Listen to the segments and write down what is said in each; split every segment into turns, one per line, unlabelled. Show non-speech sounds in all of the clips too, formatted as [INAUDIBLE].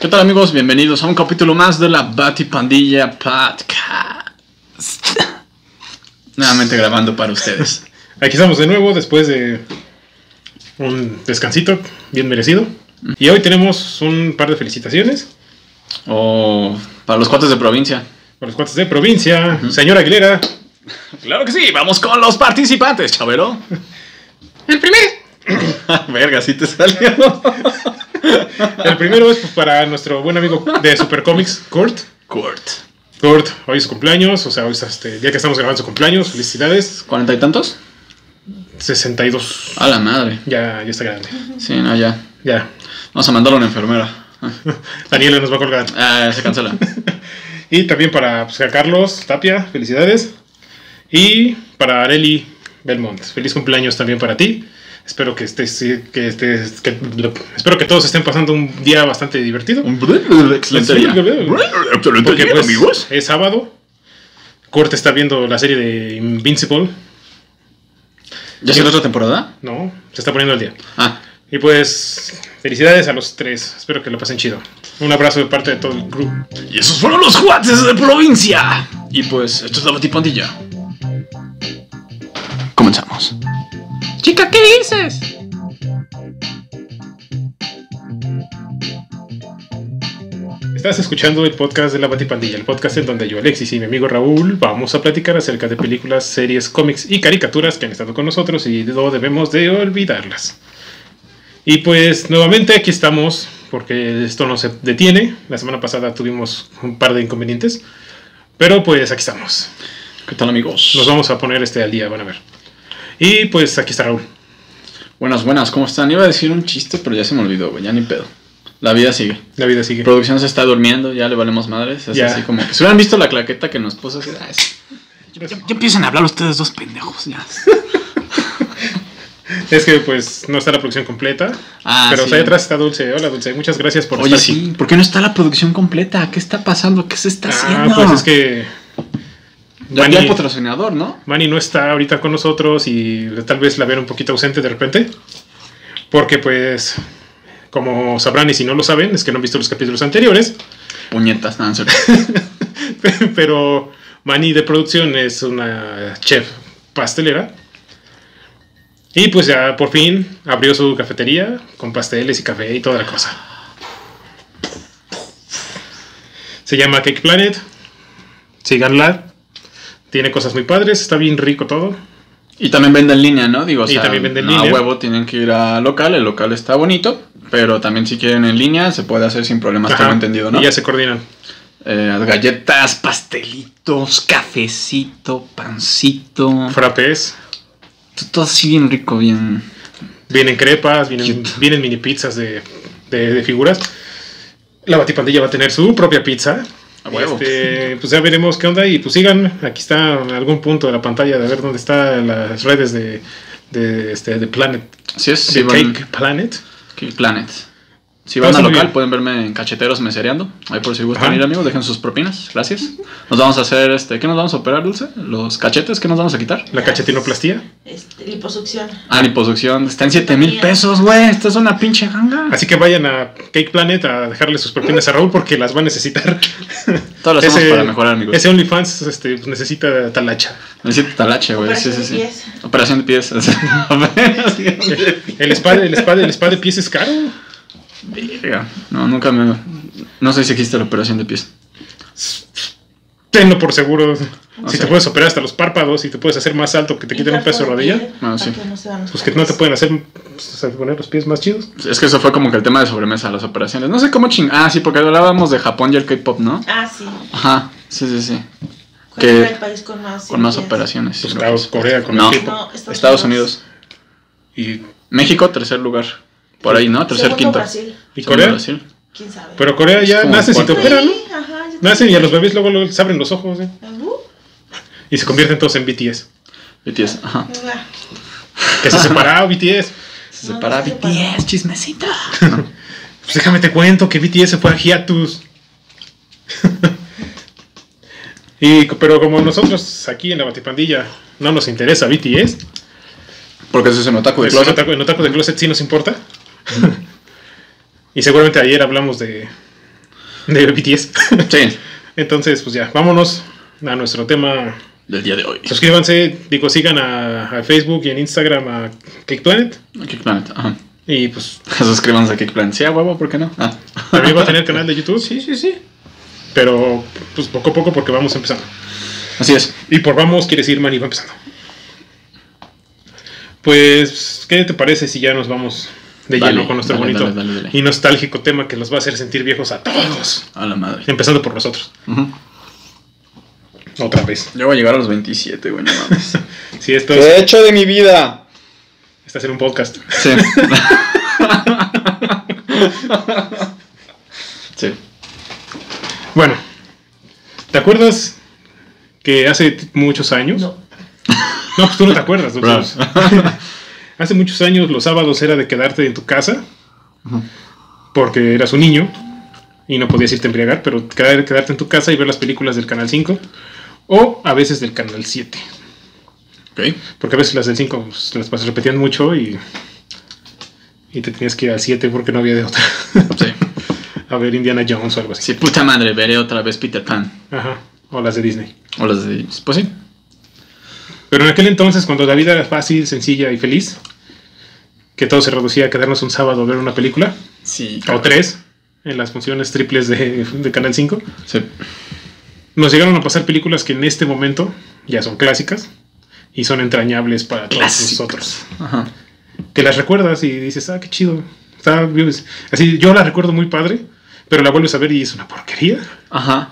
¿Qué tal amigos? Bienvenidos a un capítulo más de la Bati Pandilla [LAUGHS] Podcast. Nuevamente grabando para ustedes.
Aquí estamos de nuevo después de un descansito bien merecido. Y hoy tenemos un par de felicitaciones
O para los cuates de provincia.
por los cuates de provincia. Señora Aguilera,
Claro que sí, vamos con los participantes, Chabelo.
el primer.
[LAUGHS] Verga, sí te salió.
El primero es pues, para nuestro buen amigo de Supercomics, Kurt.
Kurt.
Kurt, hoy es su cumpleaños, o sea, hoy es este, ya que estamos grabando su cumpleaños, felicidades.
¿Cuarenta y tantos?
62.
A la madre.
Ya, ya está grande.
Sí, no, ya.
Ya.
Vamos a mandarlo a una enfermera.
Daniela nos va a colgar.
Ah, se cancela.
Y también para pues, a Carlos Tapia, felicidades. Y para Areli Belmont, feliz cumpleaños también para ti. Espero que estés, sí, que estés, que- espero que todos estén pasando un día bastante divertido.
Un [LAUGHS] excelente día. Excelente
Porque
día,
pues,
amigos.
es sábado. Corte está viendo la serie de Invincible,
¿Ya será otra temporada?
¿no? Se está poniendo el día.
Ah,
Y pues, felicidades a los tres. Espero que lo pasen chido. Un abrazo de parte de todo el grupo.
Y esos fueron los juates de provincia. Y pues, esto es la batipandilla. Comenzamos.
Chica, ¿qué dices?
Estás escuchando el podcast de la Batipandilla, el podcast en donde yo, Alexis y mi amigo Raúl vamos a platicar acerca de películas, series, cómics y caricaturas que han estado con nosotros y no debemos de olvidarlas. Y pues nuevamente aquí estamos porque esto no se detiene. La semana pasada tuvimos un par de inconvenientes, pero pues aquí estamos.
¿Qué tal, amigos?
Nos vamos a poner este al día, van a ver. Y pues aquí está Raúl.
Buenas, buenas, ¿cómo están? Iba a decir un chiste, pero ya se me olvidó, güey. Ya ni pedo. La vida sigue.
La vida sigue.
La producción se está durmiendo, ya le valemos madres. Es
Ya.
así como que. Si hubieran visto la claqueta que nos puso. así, ah, es- Ya, ya empiezan a hablar ustedes dos pendejos, ya.
Es que pues no está la producción completa,
Ah,
pero
sí.
ahí atrás está Dulce. Hola E Dulce, muchas gracias por
Oye,
estar aquí.
sí, ¿por qué no está la producción completa? ¿Qué está pasando? ¿Qué se está
Ah,
haciendo?
pues es que
Ya había
Manny-
patrocinador, ¿no?
Manny no está ahorita con nosotros y tal vez la vean un poquito ausente de repente. Porque pues, como sabrán y si no lo saben, es que no han visto los capítulos anteriores.
Puñetas, nada, en serio.
[LAUGHS] Pero Manny de producción es una chef pastelera. Y pues ya por fin abrió su cafetería con pasteles y café y toda la cosa. Se llama Cake Planet. Síganla. Tiene cosas muy padres, está bien rico todo.
Y también vende en línea, ¿no? Digo, o
Y
sea,
también vende en
no
línea.
a huevo tienen que ir al local, el local está bonito, pero también si quieren en línea se puede hacer sin problemas,
Ajá,
tengo entendido, ¿no?
Y ya se coordinan.
Eh, galletas, pastelitos, cafecito, pancito,
Frappés,
todo así bien rico, bien...
vienen crepas, vienen,
Cute.
vienen mini pizzas de, de- de figuras. La Batipandilla va a tener su propia pizza.
A huevo.
Este, pues ya veremos qué onda y pues sigan. Aquí está en algún punto de la pantalla de ver dónde están las redes de, de, este, de Planet,
Así es, si
de
van-
Cake Planet.
Cake Planet. Si van
Todo está
al
muy
local
bien.
pueden verme en cacheteros mesereando, ahí por si gustan
Ajá.
ir amigos, dejen sus propinas, gracias. Nos vamos a hacer, este, ¿qué nos vamos a operar, Dulce? ¿Los cachetes? ¿Qué nos vamos a quitar?
La cachetinoplastía.
Este, liposucción.
Ah, liposucción, está en 7 mil pesos, güey, esta es una pinche ganga.
Así que vayan a Cake Planet a dejarle sus propinas a Raúl porque las va
[LAUGHS]
a necesitar.
Todo lo hacemos para mejorar, amigos.
Ese OnlyFans este, pues, necesita
[LAUGHS]
talacha.
Necesito talache, güey. Sí, sí,
Operación de
sí.
pies.
Operación de pies. o sea, [LAUGHS] operación de
El spa, de- el spa, de- el spa de pies es caro.
pies. Verga. No, nunca me. No sé si existe la operación de pies.
Tenlo por seguro. si
sea.
te puedes operar hasta los párpados y te puedes hacer más alto que te quiten un peso de rodilla,
Ah, sí.
Que no se van los
pues que no te pueden hacer pues, o sea, poner los pies más chidos.
Es que eso fue como que el tema de sobremesa, las operaciones. No sé cómo ching. Ah, sí, porque hablábamos de Japón y el K-pop, ¿no?
Ah, sí.
Ajá. Sí, sí, sí.
¿Cuál
Que-
era el país con más
Con más
cirugías?
operaciones.
Pues claro, Corea con
No.
el K-pop.
No, Estados,
Estados Unidos.
Y,
México, tercer lugar. Por ahí, ¿no? Tercer,
Segundo
quinto.
Brasil.
y
Segundo
Corea.
Brasil.
¿Quién sabe?
Ah, Pero Corea
Es
ya
como
nace si te
cuarto.
operan, ¿no?
Sí, ajá, yo
Nacen y a los
también.
bebés luego, luego se abren los ojos ¿eh?
Uh,
y se convierten todos en BTS.
BTS. Ajá.
ah,
Que se separó BTS.
Se
No,
separa
no se separa.
BTS, chismecito.
Pues déjame te cuento que BTS se fue a hiatus. [LAUGHS] y, pero como nosotros aquí en la Batipandilla no nos interesa BTS,
Porque eso es un otaku de
Pues, en
closet.
otaku, [LAUGHS] en otaku de closet sí nos importa. y seguramente ayer hablamos de, de BTS.
Sí,
[LAUGHS] Entonces, pues ya, vámonos a nuestro tema.
del día de hoy.
Suscríbanse, digo, sigan a, a Facebook y en Instagram a Cake Planet.
Kickplanet, ajá. [LAUGHS]
Y pues
Suscríbanse a Kickplanet. Sí, a huevo, ¿por qué no? Ah.
también va a tener canal de YouTube. [LAUGHS] Sí, sí, sí. Pero pues poco a poco porque vamos empezando.
[LAUGHS] Así es.
Y por vamos quiere decir Manny va empezando. Pues, ¿qué te parece si ya nos vamos de
Dale,
lleno con nuestro
dale,
bonito
dale, dale, dale.
y nostálgico tema que los va a hacer sentir viejos a todos?
A la madre.
Empezando por nosotros,
Ujú.
otra vez.
Yo voy a llegar a los 27, güey, no mames.
Sí, esto
¿Qué
es,
he hecho de mi vida?
está hacer un podcast.
[LAUGHS] Sí. sí.
Bueno, ¿te acuerdas que hace t- muchos años?
No.
No, pues tú no te acuerdas. ¿no?
Bro.
[LAUGHS] hace muchos años los sábados era de quedarte en tu casa
Ujú.
porque eras un niño y no podías irte a embriagar, pero quedar- quedarte en tu casa y ver las películas del Canal 5 o a veces del Canal 7.
Ok.
Porque a veces las del 5 pues, las pas- repetían mucho y, y te tenías que ir al 7 porque no había de otra. [LAUGHS]
Sí.
a ver Indiana Jones o algo así.
Sí, puta madre, veré otra vez Peter Pan.
Ajá. O las de Disney.
O las de. Pues sí.
Pero en aquel entonces, cuando la vida era fácil, sencilla y feliz, que todo se reducía a quedarnos un sábado a ver una película,
Sí.
o tres, en las funciones triples de, de Canal 5,
Sí.
nos llegaron a pasar películas que en este momento ya son clásicas y son entrañables para todos
Clásicas.
nosotros.
Ajá.
Que las recuerdas y dices, ah, qué chido. Está bien". Así, yo la recuerdo muy padre, pero la vuelves a ver y es una porquería.
Ajá.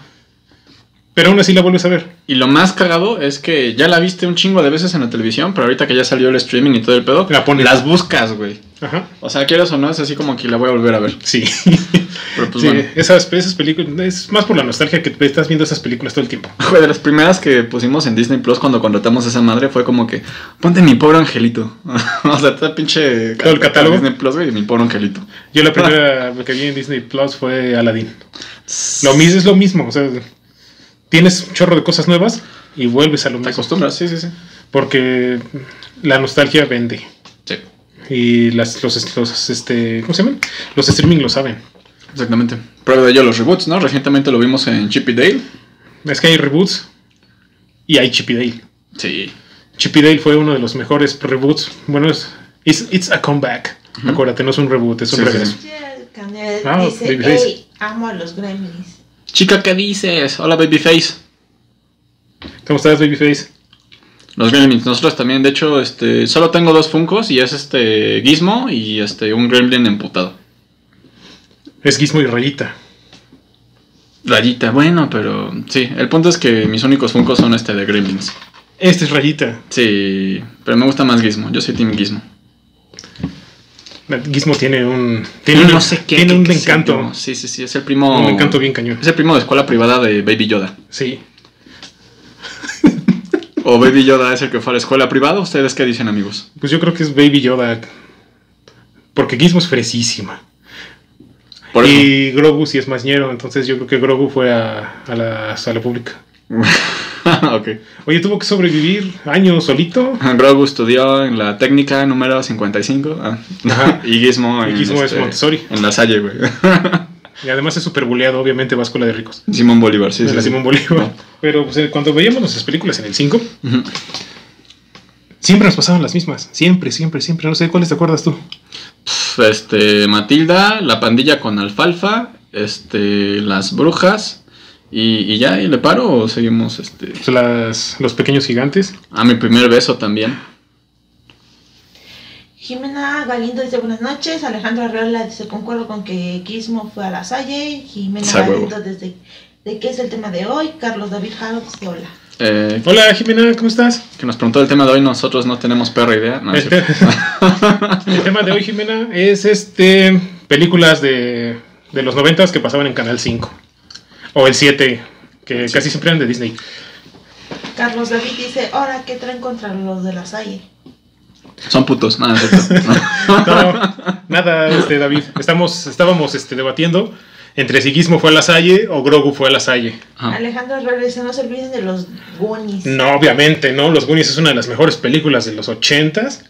Pero aún así la vuelves a ver.
Y lo más cagado es que ya la viste un chingo de veces en la televisión, pero ahorita que ya salió el streaming y todo el pedo,
La pones.
las buscas, güey.
Ajá.
O sea, quieras o no, es así como que la voy a volver a ver.
Sí.
Pero pues
Sí,
bueno. [LAUGHS]
esas, esas películas, es más por la nostalgia que te estás viendo esas películas todo el tiempo.
Güey, de las primeras que pusimos en Disney Plus cuando contratamos a esa madre fue como que, ponte mi pobre angelito. [LAUGHS] o sea, todo el pinche
Todo el catálogo.
Disney Plus, güey, mi pobre angelito. [LAUGHS]
Yo la primera que vi en Disney Plus fue Aladdin. Lo mismo es lo mismo, o sea, tienes un chorro de cosas nuevas y vuelves a lo
Te
mismo.
acostumbras, sí, sí, sí.
Porque la nostalgia vende.
Sí,
Y las, los, los, este, ¿cómo se llaman? Los streaming lo saben.
exactamente. Prueba de ello los reboots, ¿no? Recientemente lo vimos en Chip y Dale.
Es que hay reboots y hay Chip y Dale.
Sí.
Chip y Dale fue uno de los mejores reboots. Bueno, es it's, it's a comeback. Acuérdate, no es un reboot, es un
Sí, sí,
regreso.
sí.
Canel
Ah,
dice,
Babyface.
"Ey, amo a los gremlins.
Chica, ¿qué dices? Hola, Babyface.
¿Cómo estás, Babyface?
Los Gremlins, nosotros también, de hecho, este, solo tengo dos Funkos y es este Gizmo y este un Gremlin emputado.
Es Gizmo y Rayita.
Rayita, bueno, pero sí, el punto es que mis únicos Funkos son este de Gremlins.
Este es Rayita.
Sí, pero me gusta más Gizmo, yo soy Team Gizmo.
Gizmo tiene un. Tiene, un- tiene un encanto.
Sí, sí, sí, es el primo.
Un encanto bien cañón.
Es el primo de escuela privada de Baby Yoda.
Sí.
O Baby Yoda es el que fue a la escuela privada, ¿ustedes qué dicen, amigos?
Pues yo creo que es Baby Yoda. Porque Gizmo es fresísima.
Por eso.
Y Grogu sí es más ñero. Entonces yo creo que Grogu fue a, a la sala pública.
[LAUGHS] ok.
Oye, tuvo que sobrevivir años solito.
[LAUGHS] Grogu estudió en la técnica número 55. ah.
Ajá.
[LAUGHS] Y Gizmo,
Y
en, este,
Gizmo es Montessori.
En la Salle, güey. [LAUGHS]
Y además es súper buleado, obviamente, va a escuela de ricos.
Simón Bolívar, sí.
de
sí,
la
sí.
Simón Bolívar. Pero pues, eh, cuando veíamos nuestras películas en el 5,
Ujú.
siempre nos pasaban las mismas. Siempre, siempre, siempre. No sé cuáles te acuerdas tú.
Pf, Este, Matilda, la pandilla con alfalfa, este, las brujas. Y, y ya, ¿y le paro o seguimos? Este,
Pues, las, los pequeños gigantes.
a mi primer beso también.
Jimena Galindo dice buenas noches. Alejandro Arreola dice concuerdo con que Gizmo fue a la Salle. Jimena
Sa huevo.
Galindo desde de qué es el tema de hoy. Carlos David Jaro dice hola.
Eh,
Hola, Jimena, ¿cómo estás?
que nos preguntó el tema de hoy, nosotros no tenemos perra idea. No, es
[LAUGHS]
cierto.
El tema de hoy, Jimena, es este películas de, de los noventas que pasaban en Canal 5. O el 7, que casi siempre eran de Disney.
Carlos David dice ahora qué traen contra los de la Salle.
Son putos, nada, es cierto.
No, nada, este, David. Estamos, estábamos este, debatiendo entre si Gizmo fue a la Salle o Grogu fue a la Salle.
Ajá.
Alejandro Arreola dice no se olviden de los Goonies.
No, obviamente, ¿no? Los Goonies es una de las mejores películas de los ochentas.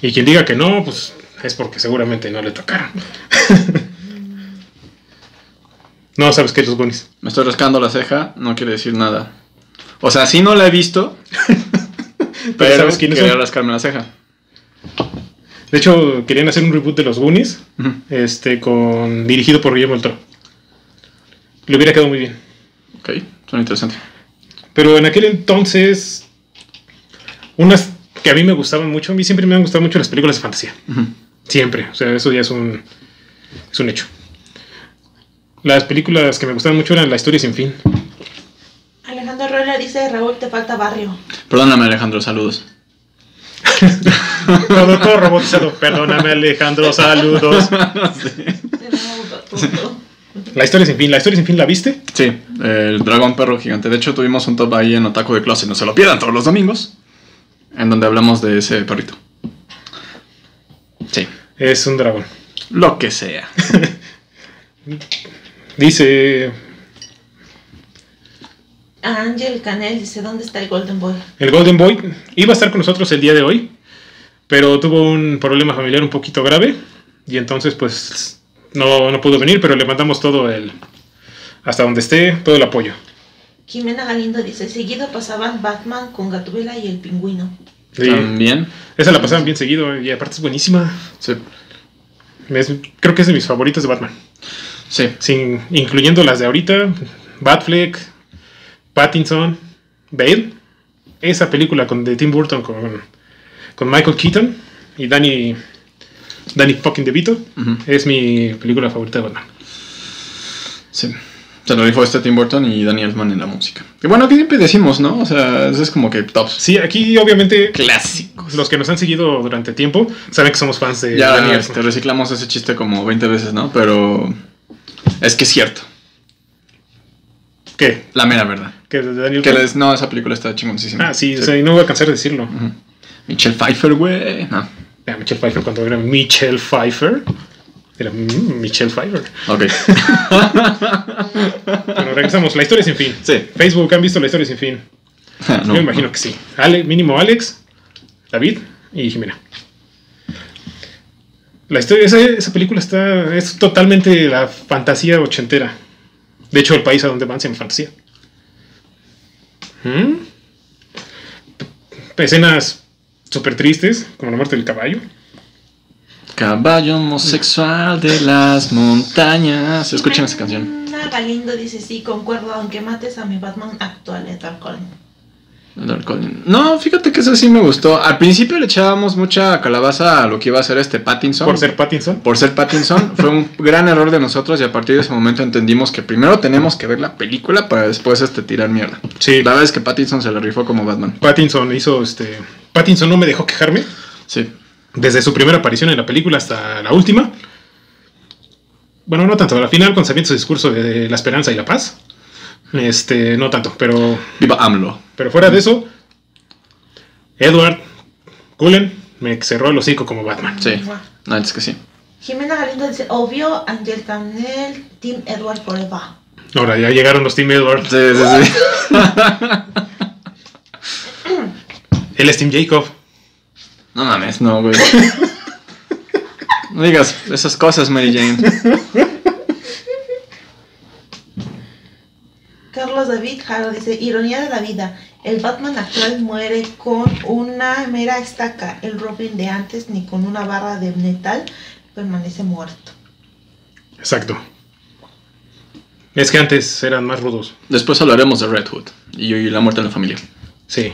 Y quien diga que no, pues es porque seguramente no le tocaron. [LAUGHS] No sabes qué es los Goonies.
Me estoy rascando la ceja, no quiere decir nada. O sea, sí no la he [LAUGHS] visto,
Pero,
pero
sabes quiénes
quería
son.
rascarme la ceja.
De hecho, querían hacer un reboot de los Goonies,
Ujú.
este, con dirigido por Guillermo del Toro. Le hubiera quedado muy bien.
Ok, suena interesante.
Pero en aquel entonces, unas que a mí me gustaban mucho, a mí siempre me han gustado mucho las películas de fantasía.
Ujú.
Siempre. O sea, eso ya es un, es un hecho. Las películas que me gustaban mucho eran La historia sin fin.
Alejandro Ruela dice, Raúl, te falta
[LAUGHS]
barrio.
Perdóname, Alejandro, saludos.
Todo, todo robotizado. Perdóname, Alejandro, saludos.
De nuevo, puto.
La historia sin fin. ¿La historia sin fin la viste?
Sí, el dragón perro gigante. De hecho, tuvimos un top ahí en Otaku de Closet, no se lo pierdan todos los domingos, en donde hablamos de ese perrito. Sí,
Es un dragón.
lo que sea.
Dice
Ángel Canel dice, ¿dónde está el Golden Boy?
el Golden Boy. Iba a estar con nosotros el día de hoy, pero tuvo un problema familiar un poquito grave. Y entonces, pues, no, no pudo venir, pero le mandamos todo el. Hasta donde esté, todo el apoyo.
Jimena Galindo dice, seguido pasaban Batman con Gatubela y el pingüino.
Sí.
También.
Esa la pasaban bien seguido y aparte es buenísima.
Sí,
Es- creo que es de mis favoritas de Batman.
sí.
Sin, incluyendo las de ahorita, Batfleck, Pattinson, Bale. Esa película con, de Tim Burton con, con Michael Keaton y Danny, Danny fucking DeVito
ujú,
es mi película favorita de Batman.
sí. Se lo dijo este Tim Burton y Daniel Elfman en la música. Y bueno, que siempre decimos, ¿no? O sea, eso es como que tops.
Sí, aquí obviamente
Clásico.
los que nos han seguido durante tiempo saben que somos fans de
Ya
Danny
este,
Elfman.
reciclamos ese chiste como 20 veces, ¿no? Pero es que es cierto,
¿Qué?
la mera verdad.
¿Que de Danny
Que
Elfman?
les- no, esa película está chingoncísima.
Ah, sí, o sea, y no voy a cansar de decirlo.
Ujú. Michelle Pfeiffer, güey. No.
Ah, Michelle Pfeiffer, cuando era Michelle Pfeiffer. Era mm, Michelle Pfeiffer. [LAUGHS]
Ok. [LAUGHS]
Bueno, regresamos. La historia sin fin.
sí.
Facebook, ¿han visto la historia sin fin?
No.
Yo me imagino que sí. Ale, mínimo Alex, David y Jimena. La historia, esa, esa película está. es totalmente la fantasía ochentera. De hecho, el país a donde van se llama fantasía. ¿Mm? P- Escenas súper tristes, como la muerte del caballo.
Caballo homosexual de las montañas. Escuchen esa canción.
Jimena Galindo dice, sí, concuerdo, aunque mates a mi Batman actual, Edward Cullen.
Leonard Cohen. No, fíjate que eso sí me gustó. Al principio le echábamos mucha calabaza a lo que iba a ser este Pattinson.
Por ser Pattinson.
Por ser Pattinson. Fue un gran error de nosotros y a partir de ese momento entendimos que primero tenemos que ver la película para después este, tirar mierda.
Sí.
La verdad es que Pattinson se le rifó como Batman.
Pattinson hizo este. Pattinson no me dejó quejarme.
Sí.
desde su primera aparición en la película hasta la última. Bueno, no tanto, al final con sabiendo su discurso de la esperanza y la paz. Este, no tanto, pero,
Viva AMLO.
pero fuera de eso, Edward Cullen me cerró el hocico como Batman.
Sí. No, es que sí.
Jimena Galindo dice, obvio, Ángel Canel, Team Edward Forever.
Ahora ya llegaron los Team Edward.
Sí, sí, [LAUGHS] sí.
Él es Team Jacob.
No mames, no, güey. No digas esas cosas, Mary Jane.
Carlos David Jaro dice, ironía de la vida, el Batman actual muere con una mera estaca, el Robin de antes ni con una barra de metal permanece muerto.
Exacto. Es que antes eran más rudos.
Después hablaremos de Red Hood y, y la muerte en la familia.
Sí.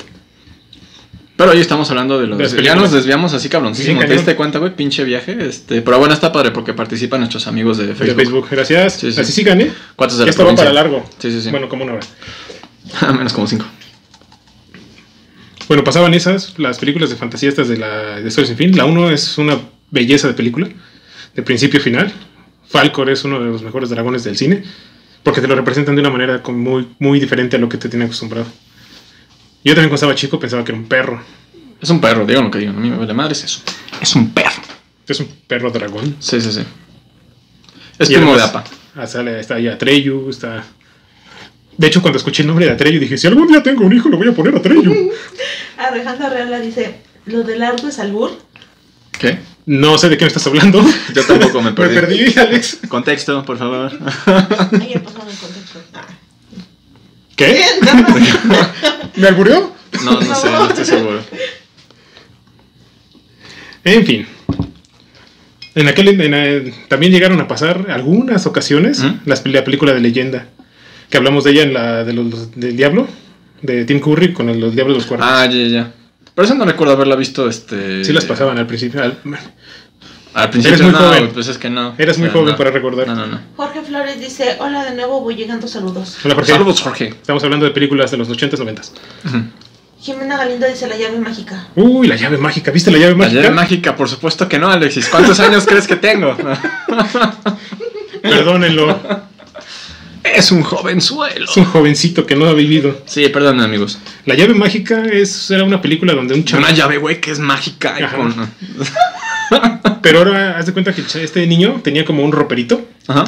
Pero hoy estamos hablando de los...
De las
ya
películas.
nos desviamos así
Sí,
cabroncísimo. ¿Te
cañón.
diste cuenta, güey? Pinche viaje. Este, pero bueno, está padre porque participan nuestros amigos de
De
Facebook.
Facebook. Gracias.
Sí, sí.
Así sigan, ¿eh?
¿Cuántos de
Ya
la
esto va
provincia?
para largo.
Sí, sí, sí.
Bueno, como una hora. [LAUGHS]
Menos como cinco.
Bueno, pasaban esas, las películas de fantasía estas de la de Historia sin fin. La 1 es una belleza de película, de principio a final. Falcor es uno de los mejores dragones del cine, porque te lo representan de una manera con- muy, muy diferente a lo que te tiene acostumbrado. Yo también cuando estaba chico pensaba que era un perro.
Es un perro, digan lo que digan. A mí me vale madre, es eso. Es un perro.
Es un perro dragón.
Sí, sí, sí. Es
Y
primo de
además,
APA.
ah, sale- está ahí Atreyu, está... De hecho, cuando escuché el nombre de Atreyu dije, si algún día tengo un hijo, lo voy
[LAUGHS]
a poner Atreyu.
Alejandro Arreola dice, lo de largo es albur,
¿Qué?
No sé de qué me estás hablando.
Yo [LAUGHS] tampoco me
[LAUGHS] Me
perdí.
perdí, Alex.
Contexto,
[LAUGHS]
por favor.
Ayer pasó el contexto. Ah.
¿Qué? ¿Me albureó?
No, no sé, no estoy seguro.
En fin. En aquel, en, eh, también llegaron a pasar algunas ocasiones
¿Mm?
las, pel- la película de leyenda. Que hablamos de ella en la de los, los- del Diablo, de Tim Curry con el- los Diablos de los Cuartos.
Ah, ya, ya, ya. Pero eso no recuerdo haberla visto, este...
sí las pasaban al principio. al-
Al principio
Eres muy
no,
joven.
güey, pues es que no.
Eres muy
O sea,
joven
no.
para recordar.
No, no, no.
Jorge Flores dice, hola de nuevo, voy llegando saludos.
Hola, Jorge.
Saludos, Jorge.
Estamos hablando de películas de los 80s, 90s.
Jimena Galindo dice la llave mágica.
Uy, la llave mágica. ¿Viste la llave
La
mágica?
llave mágica, por supuesto que no, Alexis. ¿Cuántos años crees que
[LAUGHS]
tengo?
Perdónenlo.
es un jovenzuelo.
Es un jovencito que no ha vivido.
Sí, perdón, amigos.
La llave mágica es, era una película donde un
Una
chamaco.
llave, güey, que es mágica. y
Ajá.
con-
Pero ahora haz de cuenta que el cha- este niño tenía como un roperito
Ajá.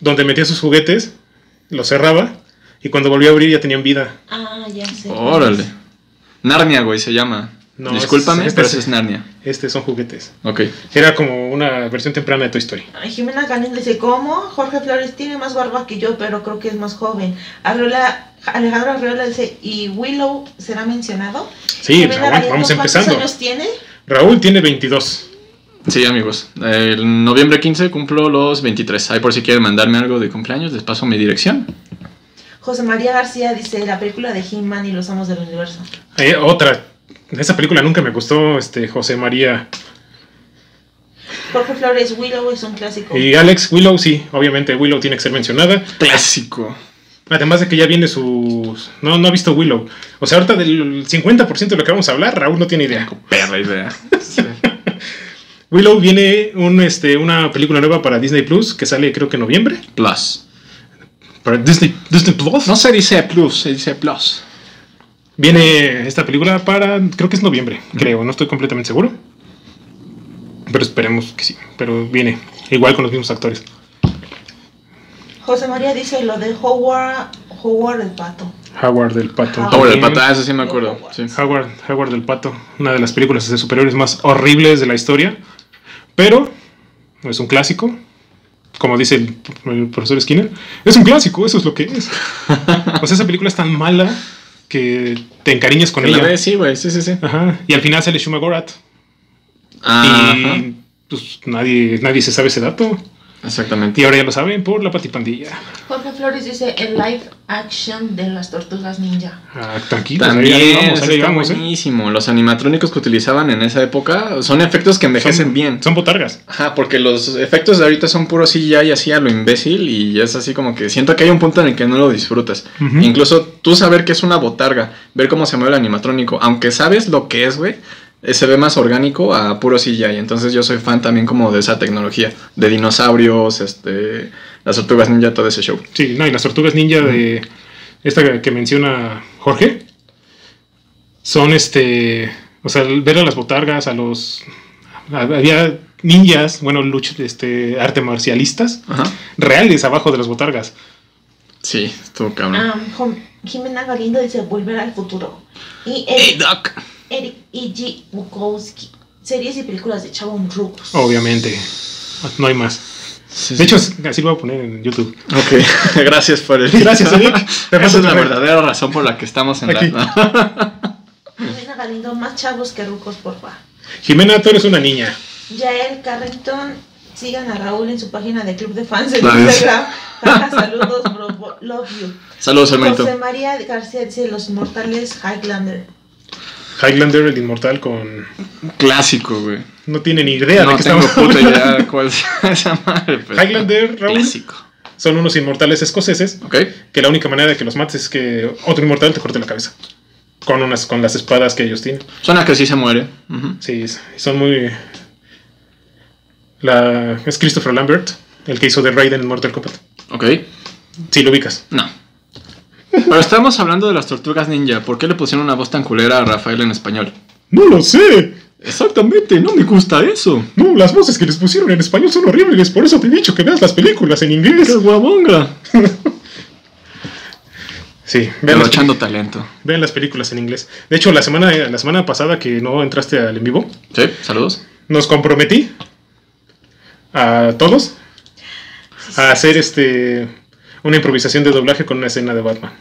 donde metía sus juguetes, los cerraba y cuando volvió a abrir ya tenían vida.
Ah, ya sé.
Órale. Narnia, güey, se llama.
No,
Discúlpame,
es- este
pero
es-
eso es Narnia.
Este son juguetes.
Ok.
Era como una versión temprana de Toy Story.
Ay, Jimena Galindo dice, ¿cómo? Jorge Flores tiene más barba que yo, pero creo que es más joven. Arreola, Alejandro Arreola dice, ¿y Willow será mencionado?
Sí,
Jimena
Raúl,
Galindo,
vamos
¿Cuántos
empezando.
años tiene?
Raúl tiene 22.
Sí, amigos. El noviembre 15 cumplo los 23. Ahí por si quieren mandarme algo de cumpleaños, les paso mi dirección.
José María García dice, la película de He-Man y los amos del universo.
Eh, otra. Esa película nunca me gustó, este José María.
Jorge Flores, Willow es un clásico.
Y Alex Willow, sí, obviamente Willow tiene que ser mencionada.
Clásico.
Además de que ya viene sus... No, no ha visto Willow. O sea, ahorita del 50% de lo que vamos a hablar, Raúl no tiene idea.
Perra idea. Sí.
Willow viene un, este, una película nueva para Disney Plus que sale creo que en noviembre.
Plus.
Para Disney, Disney Plus.
No se dice plus, se dice plus.
Viene esta película para, creo que es noviembre, creo, no estoy completamente seguro. Pero esperemos que sí, pero viene igual con los mismos actores.
José María dice lo de Howard, Howard el pato.
Howard del Pato.
Howard.
Pobre del patá, eso sí me acuerdo. Sí.
Howard, Howard del Pato, una de las películas de superhéroes más horribles de la historia, pero es un clásico, como dice el, el profesor Skinner, es un clásico, eso es lo que es.
[LAUGHS]
o sea, esa película es tan mala que te encariñas con
Que la
ella.
ve, sí, güey, sí, sí, sí.
Ajá, Y al final sale Shuma Gorath
Ah, Ajá.
y pues nadie, nadie se sabe ese dato. Y
Exactamente.
ahora ya lo saben por la patipandilla.
Jorge Flores dice el live action de las tortugas ninja.
Ah, tranquilo, ahí
También
vamos, ahí
está
vamos, ¿eh?
buenísimo. Los animatrónicos que utilizaban en esa época son efectos que envejecen
Son-
bien.
Son botargas.
Ajá, porque los efectos de ahorita son puro CGI y así a lo imbécil y es así como que siento que hay un punto en el que no lo disfrutas.
Ujú.
Incluso tú saber que es una botarga, ver cómo se mueve el animatrónico, aunque sabes lo que es, güey, eh, se ve más orgánico a puro CGI. Entonces yo soy fan también como de esa tecnología, de dinosaurios, este, las tortugas ninja, todo ese show.
Sí, no, y las tortugas ninja de esta que menciona Jorge son este, o sea, el ver a las botargas, a los había ninjas, bueno, luch, este arte marcialistas
Ajá.
reales abajo de las botargas.
Sí, estuvo cabrón.
Ah, Jo- Jimena Galindo dice volver al futuro. Y
Hey,
Eric,
Doc.
Eric E. G. Bukowski. Series y películas de Chavo Rucos.
Obviamente. No hay más.
Sí,
De
sí.
hecho, así lo voy a poner en YouTube.
Ok, [LAUGHS] gracias por el.
Gracias, Eric.
[LAUGHS]
Te
Esa
paso
es la
el-
verdadera razón por la que estamos en
Aquí.
la.
Jimena Galindo, más chavos que rucos, porfa.
Jimena, tú eres una niña.
Yael Carrington, sigan a Raúl en su página de Club de Fans en
Nice.
Instagram. Jaja, Saludos, bro, bo- love you.
[LAUGHS] Saludos, hermanito.
José María García dice los inmortales Highlander.
Highlander, el inmortal, con.
Clásico, güey.
No tiene ni idea de
No
qué
tengo
estamos
puta
hablando. [LAUGHS]
idea de cuál sea [LAUGHS] esa madre. pero-
Highlander, Raúl.
Clásico.
Son unos inmortales escoceses
Ok.
que la única manera de que los mates es que otro inmortal te corte la cabeza. Con, unas, con las espadas que ellos tienen.
Suena que sí se muere. Ujú.
Sí, es- son muy. La, es Christopher Lambert, el que hizo de Raiden en Mortal Kombat.
Ok.
Sí, lo ubicas.
No. Pero estamos hablando de las tortugas ninja. ¿Por qué le pusieron una voz tan culera a Rafael en español?
¡No lo sé!
Exactamente, no me gusta eso.
No, las voces que les pusieron en español son horribles, por eso te he dicho que veas las películas en inglés.
guabonga!
Sí, vean las,
Derrochando talento.
vean las películas en inglés. De hecho, la semana, la semana pasada que no entraste al en vivo,
Sí, saludos.
nos comprometí a todos a hacer este una improvisación de doblaje con una escena de Batman.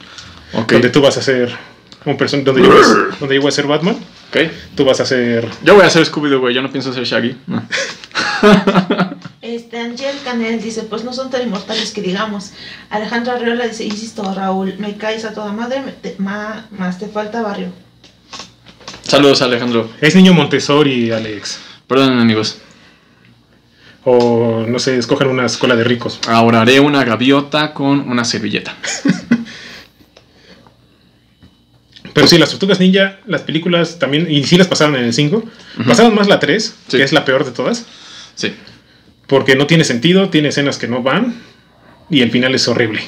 Ok.
Donde tú vas a ser un personaje. Donde, yo voy a ser- donde yo voy a ser Batman,
ok.
tú vas a ser.
Yo voy a hacer Scooby-Doo, güey. Yo no pienso ser Shaggy. No.
Este, Angel Canel dice, pues no son tan inmortales que digamos. Alejandra Arreola dice, insisto, Raúl, me caes a toda madre, me- te- ma- más te falta barrio.
Saludos, Alejandro.
Es niño Montessori, Alex.
Perdonen, amigos.
O no sé, escojan una escuela de ricos.
Ahora haré una gaviota con una servilleta.
Pero sí, las tortugas ninja, las películas también, y sí las pasaron en el 5.
Ujú.
Pasaron más la 3,
Sí.
que es la peor de todas,
Sí.
porque no tiene sentido, tiene escenas que no van, y el final es horrible.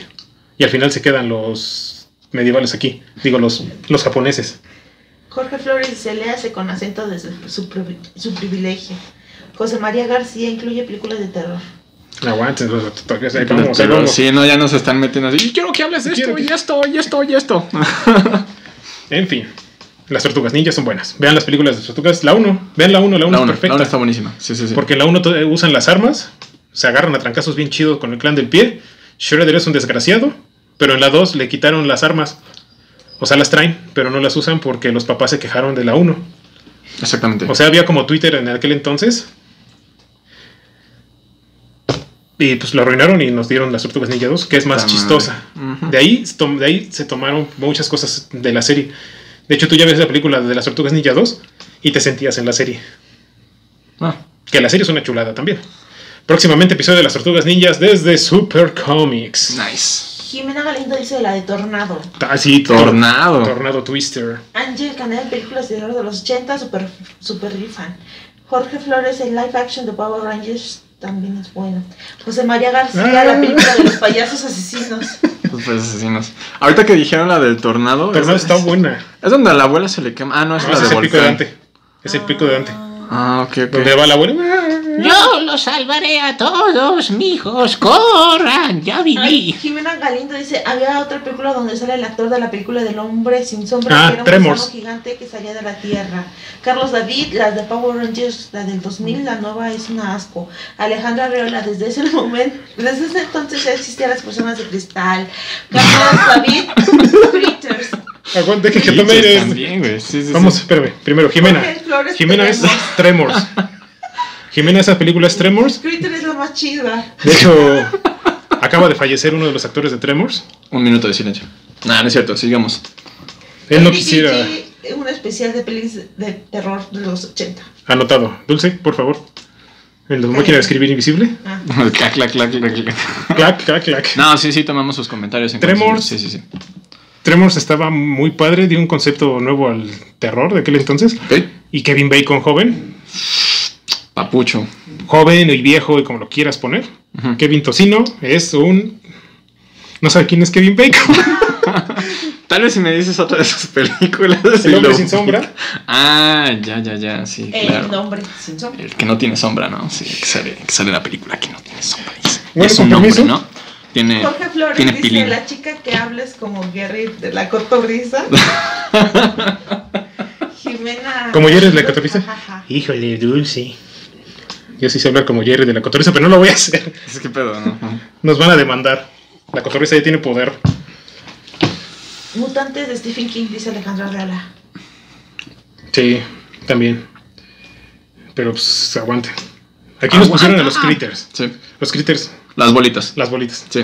Y al final se quedan los medievales aquí, digo, los, los japoneses.
Jorge Flores dice, léase con acento desde su, privi- su privilegio. José María García incluye películas de terror.
No aguanten, los tortugas, ahí vamos, ahí
Pero
vamos.
sí, no, ya nos están metiendo así. "Y Quiero que hables de
Quiero
esto,
que-
y esto, y esto, y esto. Ah,
En fin, las tortugas ninja son buenas. Vean las películas de tortugas, la 1, vean la 1, la 1
La una,
es
la
perfecta.
una está buenísima. Sí, sí, sí.
Porque en la 1 usan las armas, se agarran a trancazos bien chidos con el clan del pie. Shredder es un desgraciado, pero en la 2 le quitaron las armas. O sea, las traen, pero no las usan porque los papás se quejaron de la 1.
Exactamente.
O sea, había como Twitter en aquel entonces. Y pues lo arruinaron y nos dieron las tortugas ninja 2, que es más
Puta madre.
chistosa.
Ujú.
De ahí, tom- de ahí se tomaron muchas cosas de la serie. De hecho, tú ya ves la película de las tortugas ninja 2 y te sentías en la serie.
Ah,
Que la serie es una chulada también. Próximamente episodio de las Tortugas Ninjas desde Super Comics.
nice.
Jimena Galindo dice la de Tornado.
Así,
Tornado.
Tornado Twister.
Ángel Canel, películas de terror de los 80, super, super rifan. Jorge Flores, el live action de Power Rangers también es bueno. José María García,
Ah.
la película de los payasos asesinos.
Los pues, asesinos. Ahorita que dijeron la del tornado.
Tornado
Pues es,
está buena.
es donde a la abuela se le quema. Ah, no, es
No,
la
ese es
de
el pico de
volcán.
Dante. Es el pico de Dante.
ah, ok, ok.
Donde va la abuela.
Yo los salvaré a todos, mijos. Corran, ya
Ay,
viví.
Jimena Galindo dice, había otra película donde sale el actor de la película del hombre sin sombra,
Ah,
que era un
Tremors.
gusano gigante que salía de la tierra. Carlos David, las de Power Rangers, la del 2000, la nueva es una asco. Alejandra Reola, desde ese momento, desde ese entonces ya existían las personas de cristal. Carlos David, Critters.
Aguante que, que
Sí,
tome
sí,
aire.
también, güey. Sí, sí, sí.
Vamos, espérame. Primero, Jimena.
Jorge Flores
Jimena es Tremors. Jimena, esa película es Tremors.
Critters es la más chida.
De hecho, acaba de fallecer uno de los actores de Tremors.
Un minuto de silencio. Nah, no es cierto, sigamos. [LAUGHS]
Él no
LBG,
quisiera.
Un especial de pelis de terror de los 80.
Anotado. Dulce, por favor. En la máquina de escribir invisible.
Ah.
clac, clac, clac, clac, clac.
Clac, clac, clac.
No, sí, sí, tomamos sus comentarios. En
Tremors.
Sí, sí, sí.
Tremors estaba muy padre, dio un concepto nuevo al terror de aquel entonces.
Ok.
Y Kevin Bacon joven,
Papucho.
joven y viejo y como lo quieras poner.
Ujú.
Kevin Tocino es un... No sabe quién es Kevin Bacon.
Tal vez si me dices otra de sus películas. [LAUGHS]
El
sí
hombre
lo-
sin sombra.
Ah, ya, ya, ya, sí,
El
claro.
nombre sin sombra.
El que no tiene sombra, ¿no? Sí, el que sale, el que sale en la película que no tiene sombra. Es,
Bueno,
es un
compromiso.
hombre, ¿no? Tiene,
Jorge Flores
tiene
dice,
pilín.
la chica que hables como Gary de la cotorrisa. Jimena.
Como Jerry de la Cotorrisa.
Ja, ja, ja.
Híjole, dulce. Yo sí sé hablar como Jerry de la cotorriza, pero no lo voy a hacer.
[LAUGHS] Es que pedo, ¿no? Ajá.
Nos van a demandar. La cotorriza ya tiene poder.
Mutantes de Stephen King, dice Alejandra Reala.
Sí, también. Pero pues aguante. Aquí nos pusieron a los critters.
Sí.
Los critters,
Las bolitas.
las bolitas.
Sí,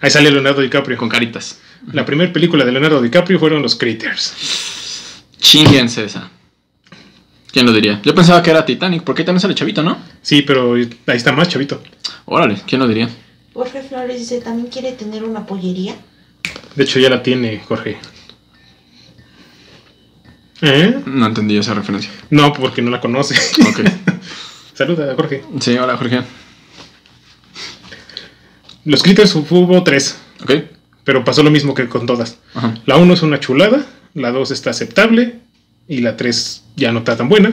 Ahí sale Leonardo DiCaprio.
con caritas.
La primera película de Leonardo DiCaprio fueron Los Critters.
Chinguense esa. ¿Quién lo diría? Yo pensaba que era Titanic, porque ahí también sale chavito, ¿no?
Sí, pero ahí está más, chavito.
Órale, ¿quién lo diría?
Jorge Flores dice, ¿también quiere tener una pollería?
De hecho, ya la tiene Jorge. ¿Eh?
No entendí esa referencia.
No, porque no la conoce. [LAUGHS]
Ok.
Saluda, Jorge.
Sí, hola, Jorge.
Los Critters hubo tres,
Ok.
pero pasó lo mismo que con todas.
Ajá.
La uno es una chulada, la dos está aceptable y la tres ya no está tan buena.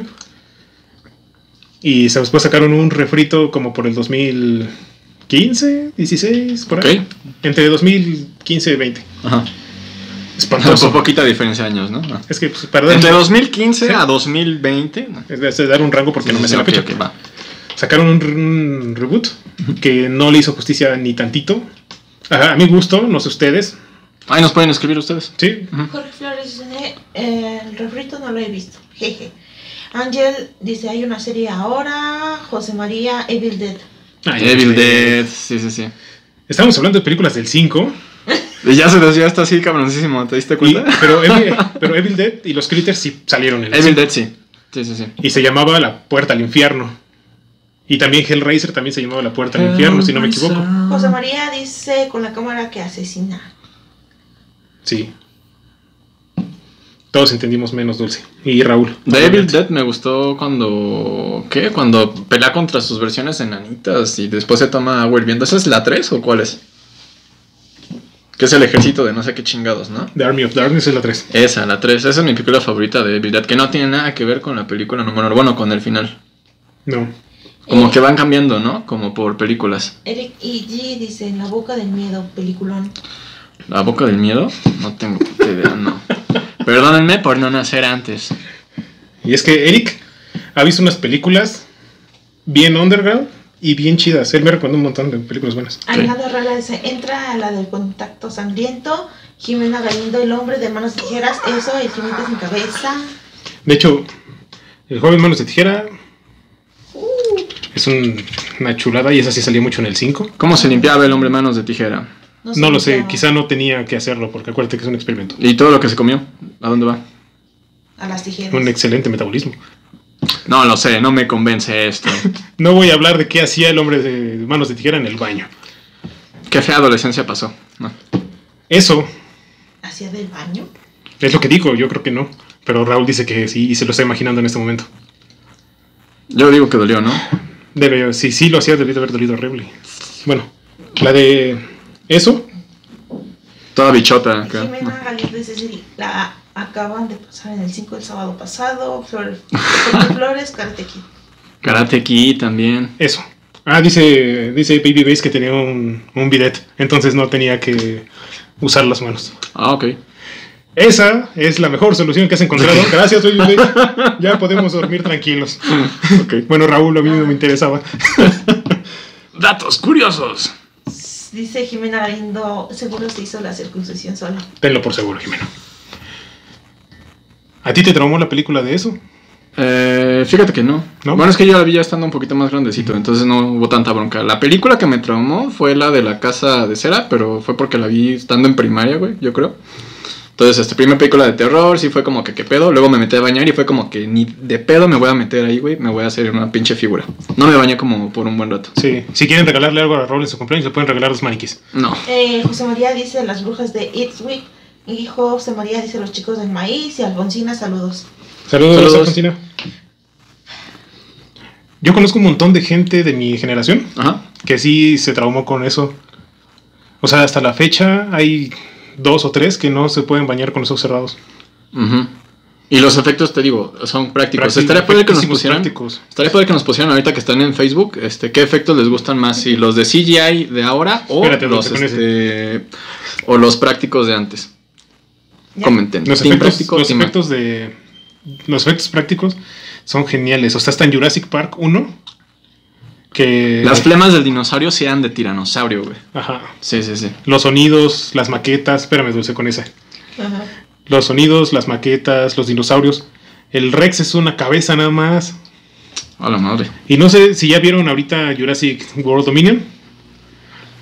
Y se- después sacaron un refrito como por el 2015, 16, por ahí.
Ok. [LAUGHS]
Entre 2015 y 20.
Ajá. Por
Espantoso.
poquita diferencia de años, ¿no? Ah.
Es que pues, para dar,
Entre 2015
Sí.
a 2020. no.
es de- es de dar un rango porque no me sé la
Ok,
fecha.
ok, va.
Sacaron un, un reboot que no le hizo justicia ni tantito. Ajá, a mi gusto, no sé ustedes.
Ahí nos pueden escribir ustedes.
Sí,
Jorge Flores dice, eh, el refrito no lo he visto. Jeje. Ángel dice, hay una serie ahora. José María, Evil Dead.
Ah, ya
Evil
sé.
Dead, sí, sí, sí.
Estábamos hablando de películas del 5,
Y ya se desvió hasta así, cabroncísimo, ¿te diste
y-
cuenta?
pero,
[LAUGHS]
Evil, pero Evil Dead y los Critters sí salieron en el
Evil
cinco.
Dead, sí. Sí, sí, sí.
Y se llamaba La Puerta al Infierno. Y también Hellraiser también se llamaba La Puerta al Infierno, si no me equivoco.
José María dice, con la cámara que asesina.
Sí. Todos entendimos menos Dulce. Y Raúl.
The Evil
obviamente.
Dead me gustó cuando. ¿Qué? Cuando pelea contra sus versiones enanitas y después se toma agua hirviendo. ¿Esa es la 3 o cuál es? Que es el ejército de no sé qué chingados, ¿no?
The Army of Darkness es la 3.
Esa, la 3. Esa es mi película favorita de Evil Dead, que no tiene nada que ver con la película número Bueno, con el final.
No.
Como
Eh,
que van cambiando, ¿no? Como por películas.
Eric E. G dice, en la boca del miedo, peliculón.
La boca del miedo, no tengo puta idea, no. Perdónenme por no nacer antes.
Y es que Eric ha visto unas películas bien underground y bien chidas. Él me recomendó un montón de películas buenas.
Alejandro Herrera dice, entra a la del contacto sangriento. Jimena Galindo, el hombre de manos tijeras, eso, el jinete sin cabeza.
De hecho, el joven manos de tijera es un- una chulada y esa sí salía mucho en el 5.
¿Cómo se limpiaba el hombre manos de tijera?
sé
no lo
qué
sé,
llama.
quizá no tenía que hacerlo porque acuérdate que es un experimento.
¿Y todo lo que se comió? ¿A dónde va?
A las tijeras.
Un excelente metabolismo.
No lo sé, no me convence esto.
No voy a hablar de qué hacía el hombre de manos de tijera en el baño.
Qué fea adolescencia pasó. No.
Eso
¿Hacia del baño?
es lo que digo, yo creo que no. Pero Raúl dice que sí y se lo está imaginando en este momento.
Yo digo que dolió, ¿no?
Debe, si sí lo hacía, debió de haber dolido horrible. Bueno, la de eso,
Toda bichota. acá.
Jimena Galindo dice, sí, la acaban de pasar en el 5 el sábado pasado.
[LAUGHS]
Flor, Flores, Karate Kid.
Karate Kid también.
eso. Ah, dice, dice Baby Base que tenía un, un bidet, entonces no tenía que usar las manos.
Ah, ok.
Esa es la mejor solución que has encontrado. Gracias, Baby [LAUGHS] Base. Ya podemos dormir tranquilos.
Ok.
Bueno, Raúl, a mí no me interesaba.
Datos curiosos.
Dice Jimena Galindo, seguro se hizo la circuncisión sola.
Tenlo por seguro, Jimena. ¿A ti te traumó la película de eso?
Eh, fíjate que no.
¿No?
Bueno, es que yo la vi ya estando un poquito más grandecito, entonces no hubo tanta bronca. La película que me traumó fue la de la casa de cera, pero fue porque la vi estando en primaria, güey, yo creo. Entonces, esta primera película de terror, sí fue como que qué pedo. Luego me metí a bañar y fue como que ni de pedo me voy a meter ahí, güey. Me voy a hacer una pinche figura. No me bañé como por un buen rato.
Sí. Si quieren regalarle algo a Raúl en su cumpleaños, le pueden regalar los maniquís.
No.
Eh, José María dice las brujas de Eastwick. Y José María dice los chicos del maíz y Alfonsina, saludos.
Saludos,
Saludos.
Alfonsina. Yo conozco un montón de gente de mi generación
Ajá.
que sí se traumó con eso. O sea, hasta la fecha hay dos o tres que no se pueden bañar con los ojos cerrados.
Ujú. Y los efectos, te digo, son prácticos.
Prácticos,
estaría padre que nos
efectísimos
pusieran.
prácticos.
Estaría padre que nos pusieran ahorita que están en Facebook, este, qué efectos les gustan más, si los de CGI de ahora o
Espérate,
los
¿dónde se
este, o los prácticos de antes.
Ya.
Comenten.
Los
Team
efectos,
práctico,
los
team-
efectos de. Los efectos prácticos son geniales. O sea, hasta en Jurassic Park 1. Que.
Las flemas del dinosaurio sí eran de tiranosaurio, güey.
Ajá.
Sí, sí, sí.
Los sonidos, las maquetas. Espérame, dulce con esa.
Ajá.
Los sonidos, las maquetas, los dinosaurios. El Rex es una cabeza nada más.
A la madre.
Y no sé si ya vieron ahorita Jurassic World Dominion.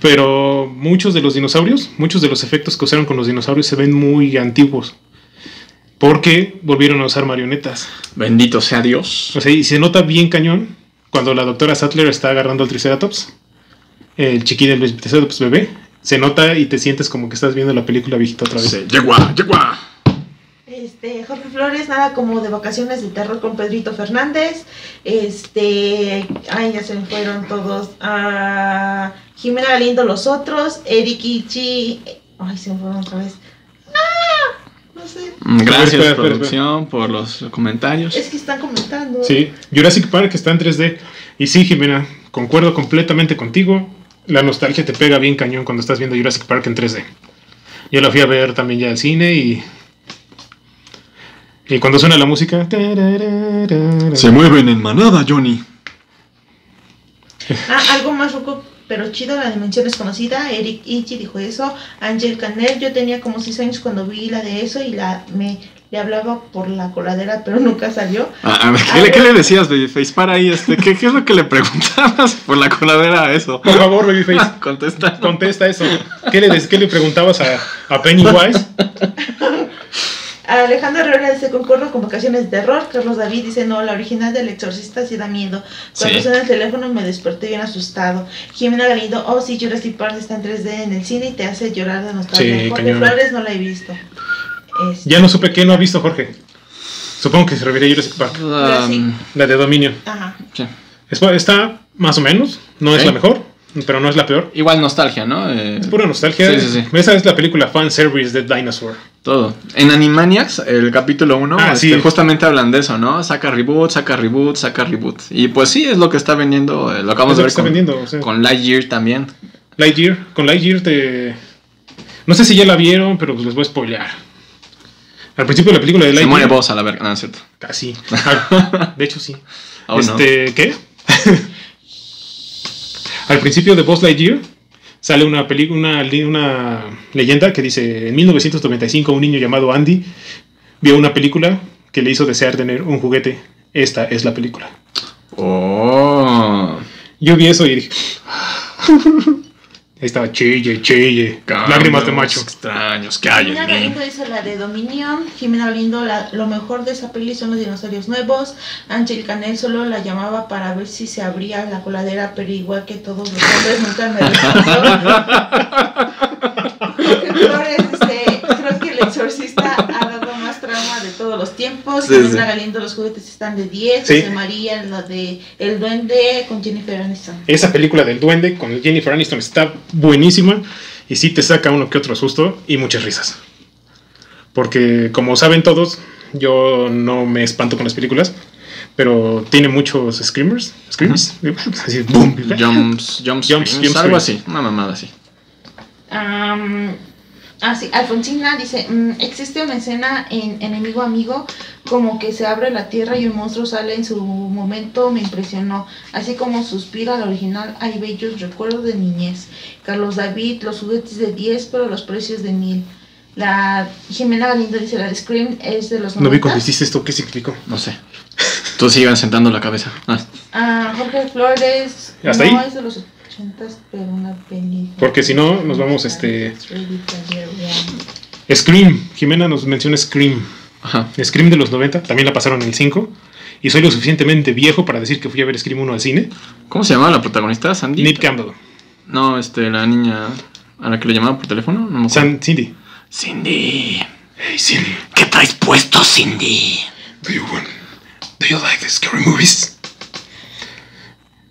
Pero muchos de los dinosaurios, muchos de los efectos que usaron con los dinosaurios se ven muy antiguos. Porque volvieron a usar marionetas.
Bendito sea Dios.
O sea, y se nota bien cañón cuando la doctora Sattler está agarrando al Triceratops. El chiquín del Triceratops bebé. Se nota y te sientes como que estás viendo la película viejita otra vez.
Sí, yegua, yegua.
Este, Jorge Flores, nada como de vacaciones de terror con Pedrito Fernández. Este, ay, ya se me fueron todos. Ah, Jimena Galindo, los otros. Eric Ichi. Ay, se me fueron otra vez. ¡Ah! No sé.
Mm, Gracias,
Espera, espera, espera.
producción, por los comentarios.
Es que están comentando.
Sí, Jurassic Park está en 3D. Y sí, Jimena, concuerdo completamente contigo. La nostalgia te pega bien cañón cuando estás viendo Jurassic Park en 3D. Yo la fui a ver también ya al cine y. Y cuando suena la música. tararara,
Se mueven en manada, Johnny.
Ah, algo más roco, pero chido, la dimensión desconocida. Eric Ichi dijo eso. Ángel Canel, yo tenía como 6 años cuando vi la de eso y la me le hablaba por la coladera, pero nunca salió.
Ah, ah, ¿qué, le- qué le decías, Babyface? Para ahí, este, ¿qué, qué es lo que le preguntabas por la coladera a eso? [LAUGHS]
Por favor, Babyface,
Contesta.
contesta eso. ¿Qué le, des- qué le preguntabas a, a Pennywise?
Alejandro Herrera dice: Concordo con vocaciones de terror. Carlos David dice: No, la original del Exorcista sí da miedo. Cuando
Sí.
suena el teléfono me desperté bien asustado. Jimena Galindo: Oh, sí, Jurassic Park está en 3D en el cine y te hace llorar de nostalgia.
Sí,
Jorge
cañón.
Flores no la he visto. Este,
Ya no supe qué no ha visto Jorge. Supongo que se refiere a Jurassic Park.
Ah, mm,
La de Dominion.
Ajá.
sí.
Es- Está más o menos. No es
Sí.
la mejor, pero no es la peor.
Igual nostalgia, ¿no? Eh,
Es pura nostalgia.
Sí, sí, sí.
Esa es la película fan service de Dinosaur.
Todo. En Animaniacs, el capítulo 1,
Ah, sí.
justamente hablan de eso, ¿no? Saca reboot, saca reboot, saca reboot. Y pues sí, es lo que está vendiendo, eh, lo acabamos de
Es lo
ver
que está
con,
vendiendo, o sea.
con Lightyear también.
Lightyear, con Lightyear te... No sé si ya la vieron, pero pues les voy a spoilear. Al principio de la película de
Se muere
Lightyear...
vos a la verga, no, es cierto. [LAUGHS]
Casi. Ah, de hecho, sí.
Aún Oh, no.
este, ¿Qué? Al principio de Buzz Lightyear sale una, peli- una, li- una leyenda que dice, en 1995 un niño llamado Andy vio una película que le hizo desear tener un juguete. Esta es la película.
Oh.
Yo vi eso y dije... "Ah". Ahí estaba chille, chille. Lágrimas de
Cambios
macho.
Extraños que hay
Jimena
en mí.
Galindo hizo la de Dominion, Jimena Galindo, la- lo mejor de esa peli son los dinosaurios nuevos, Ángel Canel solo la llamaba para ver si se abría la coladera, pero igual que todos los hombres nunca
[LAUGHS]
me respondió. Jorge Flores, este, creo que el exorcista ha dado más trauma de todos los tiempos,
Sí,
Jimena
sí.
Galindo, los juguetes están de 10,
Sí.
José María, la de El Duende con Jennifer Aniston.
Esa película del duende con Jennifer Aniston está buenísima y sí te saca uno que otro susto y muchas risas. Porque como saben todos, yo no me espanto con las películas, pero tiene muchos screamers, screams, [LAUGHS] así, boom, [LAUGHS]
Jumps, jumps,
Jumps,
screens,
jump
algo
screens.
así, una mamada así.
Am, ah, sí, Alfonsina dice, mm, existe una escena en Enemigo Amigo como que se abre la tierra y un monstruo sale en su momento, me impresionó. Así como suspira la original, hay bellos recuerdos de niñez. Carlos David, los juguetes de 10, pero los precios de mil. La Jimena Galindo dice, la de Scream es de los
No vi
90.
cuando hiciste esto, ¿qué significó?
No sé. Tú sigan sentando la cabeza. Ah,
Ah, Jorge Flores,
¿Hasta
no
ahí?
es de los 80, pero una película.
Porque si no, nos vamos, este-
Ready Player One.
Scream, Jimena nos menciona Scream.
ajá.
Scream de los 90, también la pasaron en el 5. Y soy lo suficientemente viejo para decir que fui a ver Scream 1 al cine.
¿Cómo se llamaba la protagonista? Sandy.
Nip Campbell,
No, este, la niña a la que le llamaba por teléfono. No me acuerdo.
San Cindy.
Cindy.
Hey Cindy,
¿Qué traes puesto, Cindy?
do you want, do you like scary movies?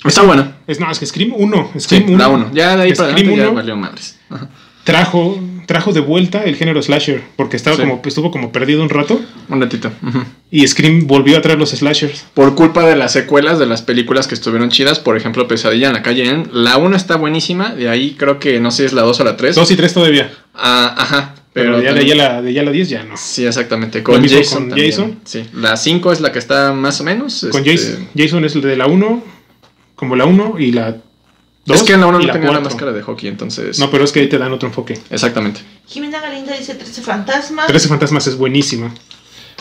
Está bueno.
Es, no, es que Scream 1.
Sí,
Scream 1
la uno. Ya de ahí para
Scream
adelante ya
1
valió madres. Ajá.
trajo, trajo de vuelta el género slasher, porque estaba
Sí.
como, estuvo como perdido un rato.
Un ratito. ujú.
Y Scream volvió a traer los slashers.
Por culpa de las secuelas de las películas que estuvieron chidas, por ejemplo, Pesadilla en la calle N. La 1 está buenísima, de ahí creo que no sé si es la 2 o la 3.
Dos y tres todavía.
Ah, ajá.
Pero,
Pero,
ya, de,
también-
ya la, de ya la 10 ya no.
Sí, exactamente. Con
mismo
Jason.
con
también.
Jason.
Sí. La 5 es la que está más o menos.
Con
este,
Jason, Jason es el de la 1, como la 1 y la 2.
Es que en la 1 no
y la
tenía la
cuatro.
máscara de hockey, entonces.
No, pero es que ahí te dan otro enfoque.
Exactamente.
Jimena Galindo dice 13 fantasmas.
13 fantasmas es buenísima.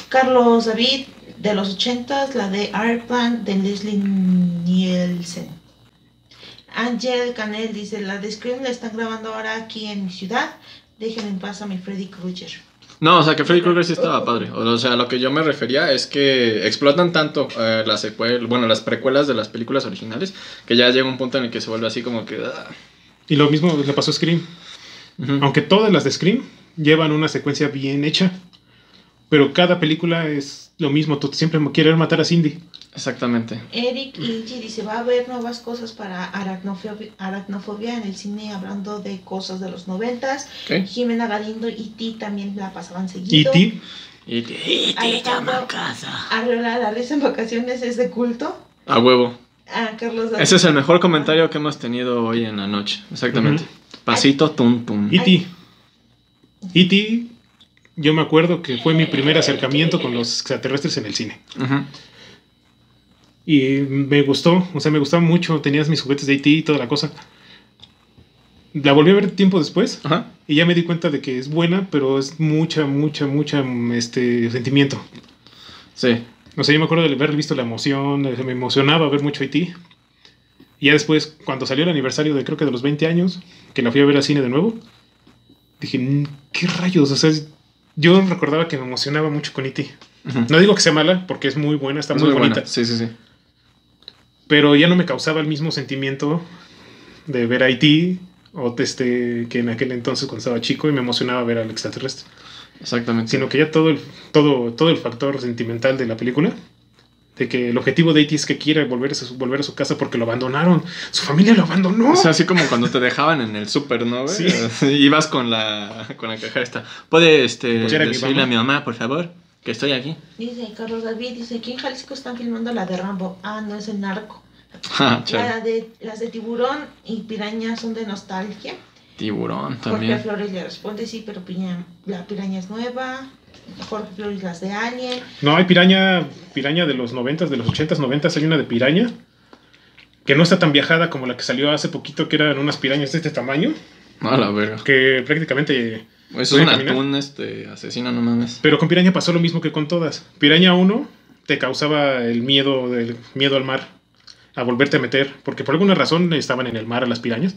Carlos David de los 80, la de Airplane de Leslie Nielsen. Ángel Canel dice, la de Scream la están grabando ahora aquí en mi ciudad. Déjenme en paz a mi Freddy Krueger.
No, o sea que Freddy Krueger sí estaba padre. O sea, lo que yo me refería es que explotan tanto eh, las secuelas, bueno, las precuelas de las películas originales, que ya llega un punto en el que se vuelve así como que. ah.
Y lo mismo le pasó a Scream.
Ujú.
Aunque todas las de Scream llevan una secuencia bien hecha. Pero cada película es lo mismo. Tú siempre quieres matar a Cindy.
Exactamente.
Eric Ilgi dice, va a haber nuevas cosas para aracnofobia, aracnofobia en el cine hablando de cosas de los noventas.
Ok.
Jimena Galindo y ti también la pasaban seguido.
E.T.
Y
Y te llaman casa.
Arreola, la risa en vacaciones es de culto.
a huevo.
Ah, Carlos David.
Ese es el mejor comentario
E
que hemos tenido hoy en la noche. Exactamente. Pasito tum tum.
E.T. E.T., E yo me acuerdo que fue mi primer acercamiento con los extraterrestres en el cine.
Ujú.
Y me gustó, o sea, me gustaba mucho. Tenías mis juguetes de E.T. y toda la cosa. La volví a ver tiempo después
Ajá.
y ya me di cuenta de que es buena, pero es mucha, mucha, mucha mm, este sentimiento.
Sí.
O sea, yo me acuerdo de haber visto la emoción, eh, me emocionaba ver mucho Haití. Y ya después, cuando salió el aniversario de creo que de los 20 años, que la fui a ver al cine de nuevo, dije, "Mm, ¿qué rayos? O sea, es- yo recordaba que me emocionaba mucho con Haití.
Ujú.
No digo que sea mala, porque es muy buena, está
Es
muy, bonita.
buena. Sí, sí, sí.
Pero ya no me causaba el mismo sentimiento de ver Haití o de este, que en aquel entonces cuando estaba chico y me emocionaba ver al extraterrestre.
Exactamente.
Sino que ya todo el, todo, todo el factor sentimental de la película, de que el objetivo de E.T. es que quiera volver a, su, volver a su casa porque lo abandonaron. Su familia lo abandonó.
O sea, así como cuando te dejaban en el súper, ¿no? [LAUGHS] güey?
Sí.
Ibas con la, con la cajera esta. ¿Puede este,
Pues era mi
decirle
mamá.
a mi mamá, por favor? Que estoy
[LAUGHS]
aquí.
Dice Carlos David, dice, aquí en Jalisco están filmando la de Rambo. Ah, no es el narco.
Ah,
Ja, chale.
La de, las de tiburón y piraña son de nostalgia.
Tiburón
Jorge
también.
Flores le responde, sí, pero piña- la piraña es nueva. Jorge Flores las de Alien.
No, hay piraña, piraña de los 90, de los 80, 90, hay una de piraña que no está tan viajada como la que salió hace poquito, que eran unas pirañas de este tamaño,
No, la verga.
que prácticamente...
Eso
¿Voy
es
a
un
caminar?
atún este, asesino, no mames.
Pero con Piraña pasó lo mismo que con todas. Piraña 1 te causaba el miedo, del miedo al mar, a volverte a meter, porque por alguna razón estaban en el mar las pirañas.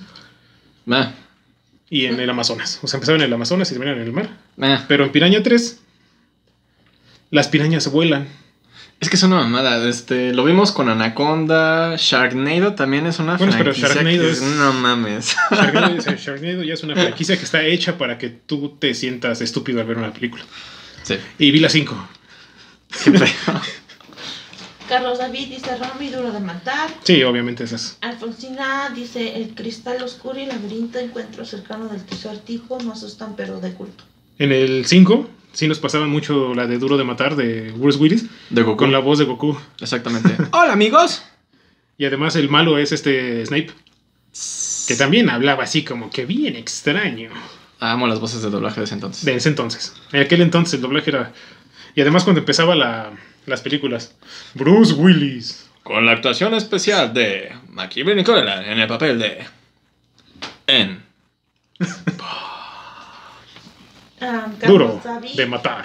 Nah,
y en el Amazonas. O sea, empezaron en el Amazonas y terminaron en el mar.
nah.
Pero en Piraña 3, las pirañas vuelan.
Es que es una mamada. Este, lo vimos con Anaconda. Sharknado también es una
Bueno, pero
franquicia
Sharknado
que-
es-
No
[LAUGHS]
mames.
Sharknado, o sea, Sharknado ya es una franquicia que está hecha para que tú te sientas estúpido al ver una película.
sí.
Y vi las 5.
Qué pedo.
Carlos David dice Rambo y duro de matar.
Sí, obviamente esas.
Alfonsina dice el cristal oscuro y laberinto encuentro cercano del tercer tipo no asustan pero de culto.
En el 5, sí nos pasaba mucho la de Duro de Matar de Bruce Willis
De Goku.
con la voz de Goku. [LAUGHS]
Exactamente. Hola, amigos.
Y además el malo es este Snape, que también hablaba así como que bien extraño.
Ah, Amo las voces de doblaje de ese entonces.
De ese entonces. En aquel entonces el doblaje era. Y además cuando empezaba la- las películas. Bruce Willis.
Con la actuación especial de McKibben Nicola en el papel de. En.
Ah, Carlos
Duro
David
de matar.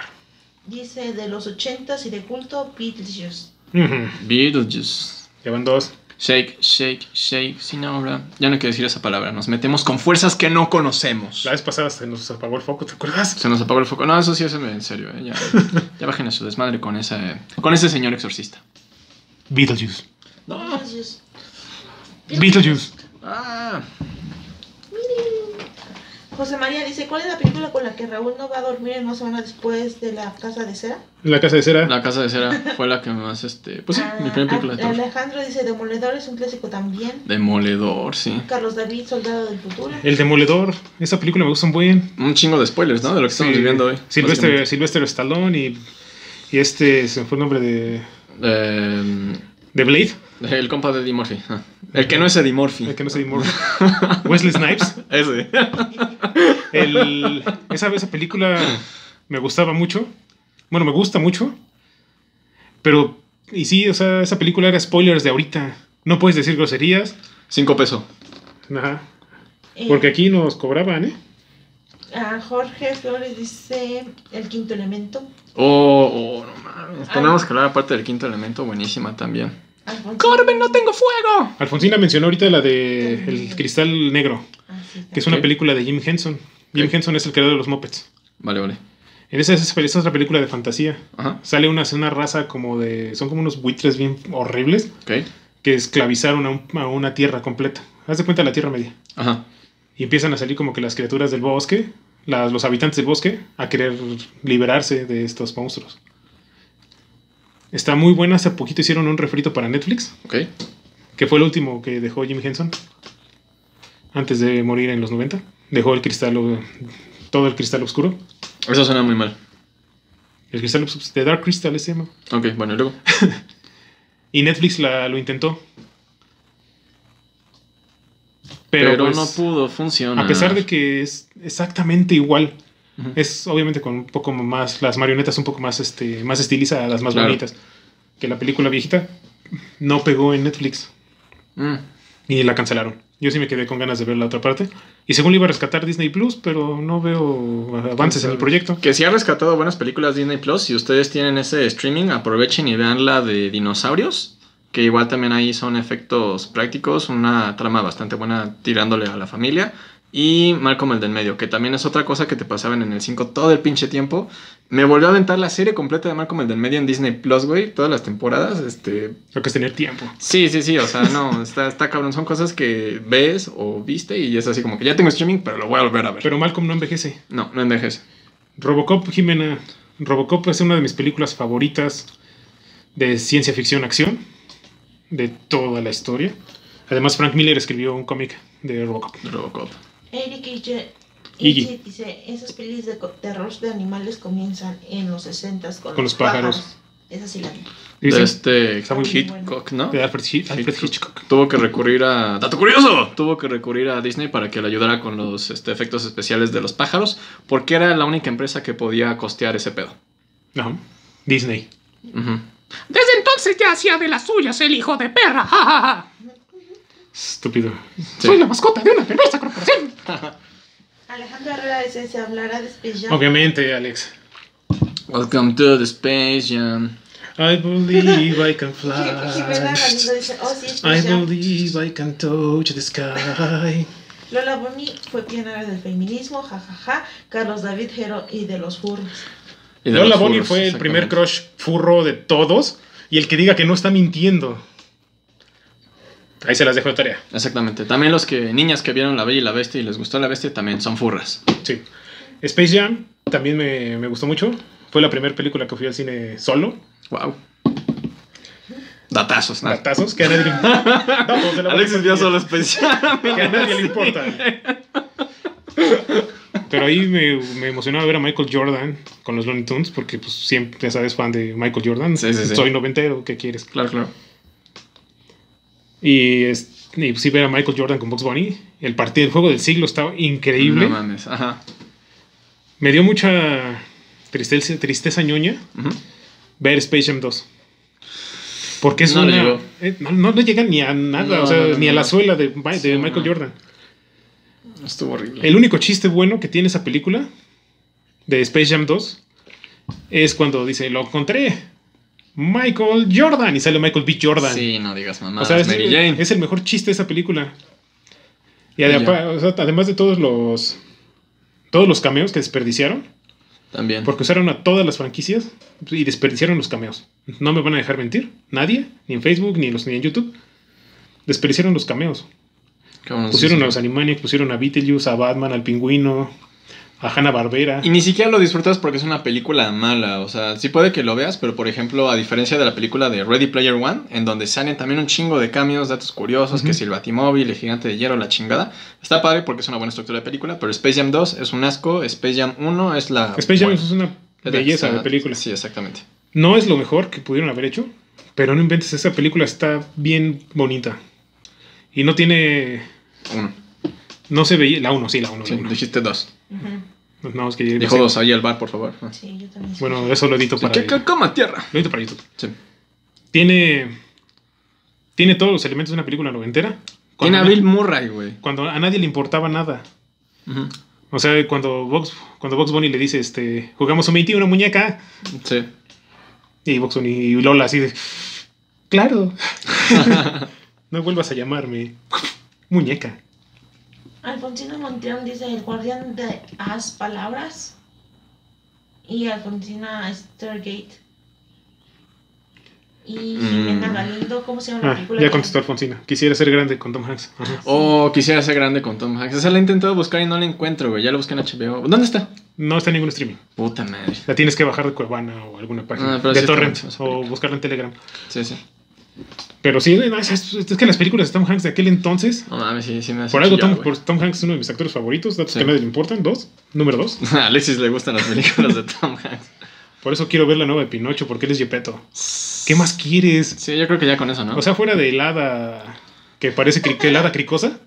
dice de los ochentas y de culto Beetlejuice.
Ujú.
Beetlejuice.
Llevan dos.
Shake, shake, shake, sin ahora. Ya no quiero decir esa palabra. Nos metemos con fuerzas que no conocemos.
La vez pasada se nos apagó el foco, ¿te acuerdas?
Se nos apagó el foco. No, eso sí es en serio.
[LAUGHS]
¿eh? Ya, ya bajen a su desmadre con ese, con ese señor exorcista.
Beetlejuice.
No.
Beetlejuice.
Beetlejuice.
Ah,
José María dice ¿cuál es la película con la que Raúl no va a dormir en una semana después de la casa de cera?
La casa de cera.
la casa de cera fue la que más, este... Pues sí,
Ah,
mi primera película de
Al- [LAUGHS]
terror.
Alejandro dice Demoledor es un clásico también.
Demoledor, sí.
Carlos David Soldado del futuro.
El demoledor. Esa película me gusta un buen.
Un chingo de spoilers, ¿no? De lo que estamos
Sí.
viviendo hoy.
Silvestre, Silvestre Stallone y. Y este se me fue el nombre de.
básicamente.
De Blade.
Eh, el compa de Eddie Murphy. ah. El que no es Eddie Murphy.
El
[LAUGHS]
que no se dimos. Wesley Snipes.
Ese. [LAUGHS]
El- esa, esa película me gustaba mucho. Bueno, me gusta mucho. Pero, y sí, o sea, esa película era spoilers de ahorita. No puedes decir groserías.
Cinco pesos.
Ajá.
Eh,
Porque aquí nos cobraban, ¿eh?
ah, Jorge Flores dice El quinto elemento.
Oh, oh, no mames.
Ah.
Tenemos que hablar aparte del quinto elemento, buenísima también.
Alfonso-
¡Corben, no tengo fuego!
Alfonsina mencionó ahorita la de El Cristal Negro,
Ah, sí,
que es una
Ok.
película de Jim Henson. Jim
Ok.
Henson es el creador de los Muppets.
Vale, vale.
En esa, esa es otra película de fantasía.
Ajá,
Sale una, una raza como de... Son como unos buitres bien horribles
ok.
que esclavizaron a, un- a una tierra completa. Haz de cuenta la Tierra Media.
Ajá.
Y empiezan a salir como que las criaturas del bosque, las- los habitantes del bosque, a querer liberarse de estos monstruos. Está muy buena, hace poquito hicieron un refrito para Netflix,
Ok.
que fue el último que dejó Jim Henson antes de morir en los 90. Dejó el cristal, o- todo el cristal oscuro.
Eso suena muy mal.
El cristal obs- de Dark Crystal ese llama.
Ok, bueno, y luego.
Y Netflix la, lo intentó.
Pero,
Pero, pues,
no pudo funcionar.
a pesar de que es exactamente igual
Ujú.
Es obviamente con un poco más, las marionetas un poco más, este, más estilizadas, las más
Claro.
bonitas. Que la película viejita no pegó en Netflix
Mm.
y la cancelaron. Yo sí me quedé con ganas de ver la otra parte. Y según le iba a rescatar Disney Plus, pero no veo avances en el proyecto.
Que si ha rescatado buenas películas Disney Plus, si ustedes tienen ese streaming, aprovechen y vean la de dinosaurios, que igual también ahí son efectos prácticos, una trama bastante buena tirándole a la familia. Y Malcolm el del medio, que también es otra cosa que te pasaban en el 5 todo el pinche tiempo. Me volvió a aventar la serie completa de Malcolm el del medio en Disney Plus, güey, todas las temporadas. Este,
Lo que es tener tiempo.
Sí, sí, sí, o sea, no, está, está cabrón. Son cosas que ves o viste y es así como que ya tengo streaming, pero lo voy a volver a ver.
Pero Malcolm no envejece.
no, no envejece.
Robocop, Jimena. Robocop es una de mis películas favoritas de ciencia ficción acción de toda la historia. Además, Frank Miller escribió un cómic de Robocop.
Robocop.
Eric Ige-
Iggy.
Ige dice, esas pelis de co- terror de animales comienzan en los 60 con,
Con los pájaros.
Esa sí la vi.
Dicen
este
Está muy
Hitchcock, ¿no?
de Alfred, Hitch- Alfred Hitchcock.
Tuvo que recurrir a. ¡Dato curioso! Tuvo que recurrir a Disney para que le ayudara con los este, efectos especiales de los pájaros, porque era la única empresa que podía costear ese pedo.
Ajá. Disney.
Ujú.
Desde entonces ya hacía de las suyas el hijo de perra. ja, ja, ja.
Estúpido.
Sí.
Soy la mascota de una perversa corporación.
Alejandro Herrera dice, se hablará de Space Jam.
Obviamente, Alex.
Welcome to the Space Jam.
I believe I can fly.
Jimena Galindo dice, oh sí,
I
Space Jam.
believe I can touch the sky.
Lola Bonnie fue pionera del feminismo, jajaja. Carlos David Jero y de los furros.
Y de
Lola
los
Bonnie
furros,
fue el primer
exactamente.
crush furro de todos y el que diga que no está mintiendo. Ahí se las dejo de tarea.
Exactamente. También los que niñas que vieron La Bella y la Bestia y les gustó La Bestia también son furras.
Sí. Space Jam también me, me gustó mucho. Fue la primera película que fui al cine solo.
Wow. Datazos, nada.
Latazos, que a nadie
[LAUGHS]
le importa.
Ah.
pues,
Alexis vio solo Space Jam.
Que a nadie le importa. Pero ahí me, me emocionaba ver a Michael Jordan con los Looney Tunes porque pues siempre, ya sabes, fan de Michael Jordan.
Sí, sí, sí.
Soy noventero, ¿qué quieres?
Claro, claro.
Y, es, y pues, sí ver a Michael Jordan con Box Bunny. El partido, el juego del siglo estaba increíble.
No mames. Ajá.
Me dio mucha tristeza, tristeza ñoña
Ujú.
ver Space Jam 2. Porque es
No le
una-
llegó.
eh, no, no le llega ni a nada,
No,
o sea,
no, no,
ni a
no.
la suela de, Ma- de
Sí,
Michael
no.
Jordan.
Estuvo horrible.
El único chiste bueno que tiene esa película de Space Jam 2 es cuando dice, lo encontré, Michael Jordan, y sale Michael B. Jordan.
Sí, no digas mamá.
O sea, es,
Mary Jane.
es el mejor chiste de esa película. Y
Y
adem-
ya.
o sea, además de todos los todos los cameos que desperdiciaron,
También.
porque usaron a todas las franquicias y desperdiciaron los cameos. No me van a dejar mentir, nadie, ni en Facebook, ni en, los, ni en YouTube. Desperdiciaron los cameos.
Cabrón, Ah, sí,
Pusieron
sí.
a los Animaniacs, pusieron a Beetlejuice, a Batman, al Pingüino, a Hanna Barbera.
Y ni siquiera lo disfrutas porque es una película mala. O sea, sí puede que lo veas, pero por ejemplo, a diferencia de la película de Ready Player One, en donde salen también un chingo de cambios, datos curiosos, que si el Batimóvil, el gigante de hierro, la chingada. Está padre porque es una buena estructura de película, pero Space Jam 2 es un asco, Space Jam 1 es la.
Space Jam
buena.
es una
Es la que
belleza
está-
de película.
Sí, exactamente.
No es lo mejor que pudieron haber hecho, pero no inventes, esa película está bien bonita. Y no tiene
Uno.
No se veía. La 1, sí, la 1.
Sí, dijiste dos.
Ujú.
No, es que ya-
Dijo dos ahí al bar, por favor. Ah.
Sí, yo también.
Bueno, eso lo edito para.
Que, que coma tierra.
Lo edito para YouTube.
Sí.
Tiene. Tiene todos los elementos de una película noventera.
Tiene
Cuando-
a Bill Murray, güey.
Cuando a nadie le importaba nada.
Ujú.
O sea, cuando Box, cuando Box Bunny le dice, este, jugamos un 21, muñeca.
Sí.
Y Box Bunny y Lola así de.
[LAUGHS]
Claro. [LAUGHS] no vuelvas a llamarme. Muñeca.
Alfonsino Monteón dice el guardián de las palabras y Alfonsina Stargate y Jimena
Mm.
Galindo, ¿cómo se llama la
Ah,
película?
ya contestó Alfonsina. Quisiera ser grande con Tom Hanks. Ajá.
O quisiera ser grande con Tom Hanks. Esa la he intentado buscar y no la encuentro, güey. Ya la busqué en HBO. ¿Dónde está?
No está en ningún streaming.
Puta madre.
La tienes que bajar de Cuevana o alguna página.
Ah, pero
de
sí está
Torrent.
mucho más
O
película.
buscarla en Telegram.
Sí, sí.
Pero sí, no, es, es- es que las películas de Tom Hanks de aquel entonces.
No mames, sí, sí me hace
Por algo,
chillar,
Tom,
güey.
por- Tom Hanks es uno de mis actores favoritos. Datos
Sí.
que a nadie le importan. Dos. Número dos.
[LAUGHS] A Alexis le gustan las películas de Tom Hanks.
Por eso quiero ver la nueva de Pinocho, porque él es Gepetto. ¿Qué más quieres?
Sí, yo creo que ya con eso, ¿no?
O sea, fuera de helada. Que parece cri- que helada cricosa.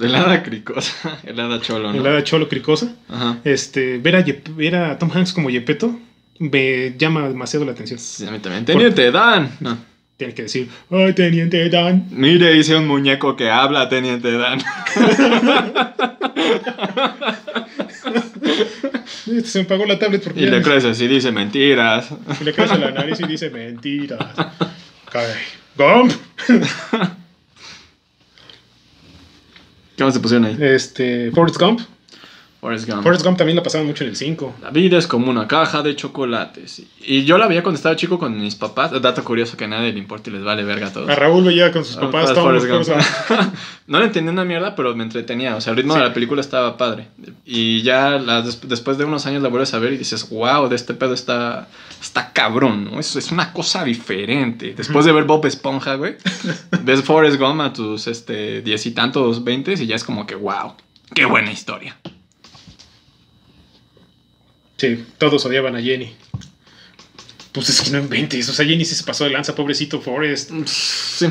El hada cricosa, [LAUGHS] el hada cholo, ¿no?
El hada cholo cricosa.
Ajá.
Este, ver a, Yep- ver a Tom Hanks como Yepeto me llama demasiado la atención.
Sí, a mí también. Teniente Dan. No.
Tiene que decir, ¡ay, teniente Dan!
Mire, hice un muñeco que habla, Teniente Dan. [LAUGHS]
Este se me pagó la tablet porque
Y
ya
le
me-
creces y dice mentiras.
y le crece la nariz y dice mentiras. Caray. Gump.
¿Qué más se pusieron ahí?
Este, Forrest Gump.
Forrest Gump.
Forrest Gump también la pasaban mucho en el 5.
La vida es como una caja de chocolates. Y yo la había contestado chico con mis papás. Dato curioso que a nadie le importa y les vale verga a todos.
A Raúl veía con sus
Ah,
papás
ah,
todos los
Forrest Gump.
cosas.
[LAUGHS] no le entendí una mierda, pero me entretenía. O sea, el ritmo de la película estaba padre. Y ya la- des- después de unos años la vuelves a ver y dices, wow, de este pedo está, está cabrón, ¿no? Es, es una cosa diferente. Después de ver Bob Esponja,
[LAUGHS]
güey, ves Forrest Gump a tus este, diez y tantos, veintes y ya es como que, wow, qué buena historia.
Sí, todos odiaban a Jenny. Pues es que no inventes. O sea, Jenny sí se pasó de lanza, pobrecito Forrest.
Mm, Sí.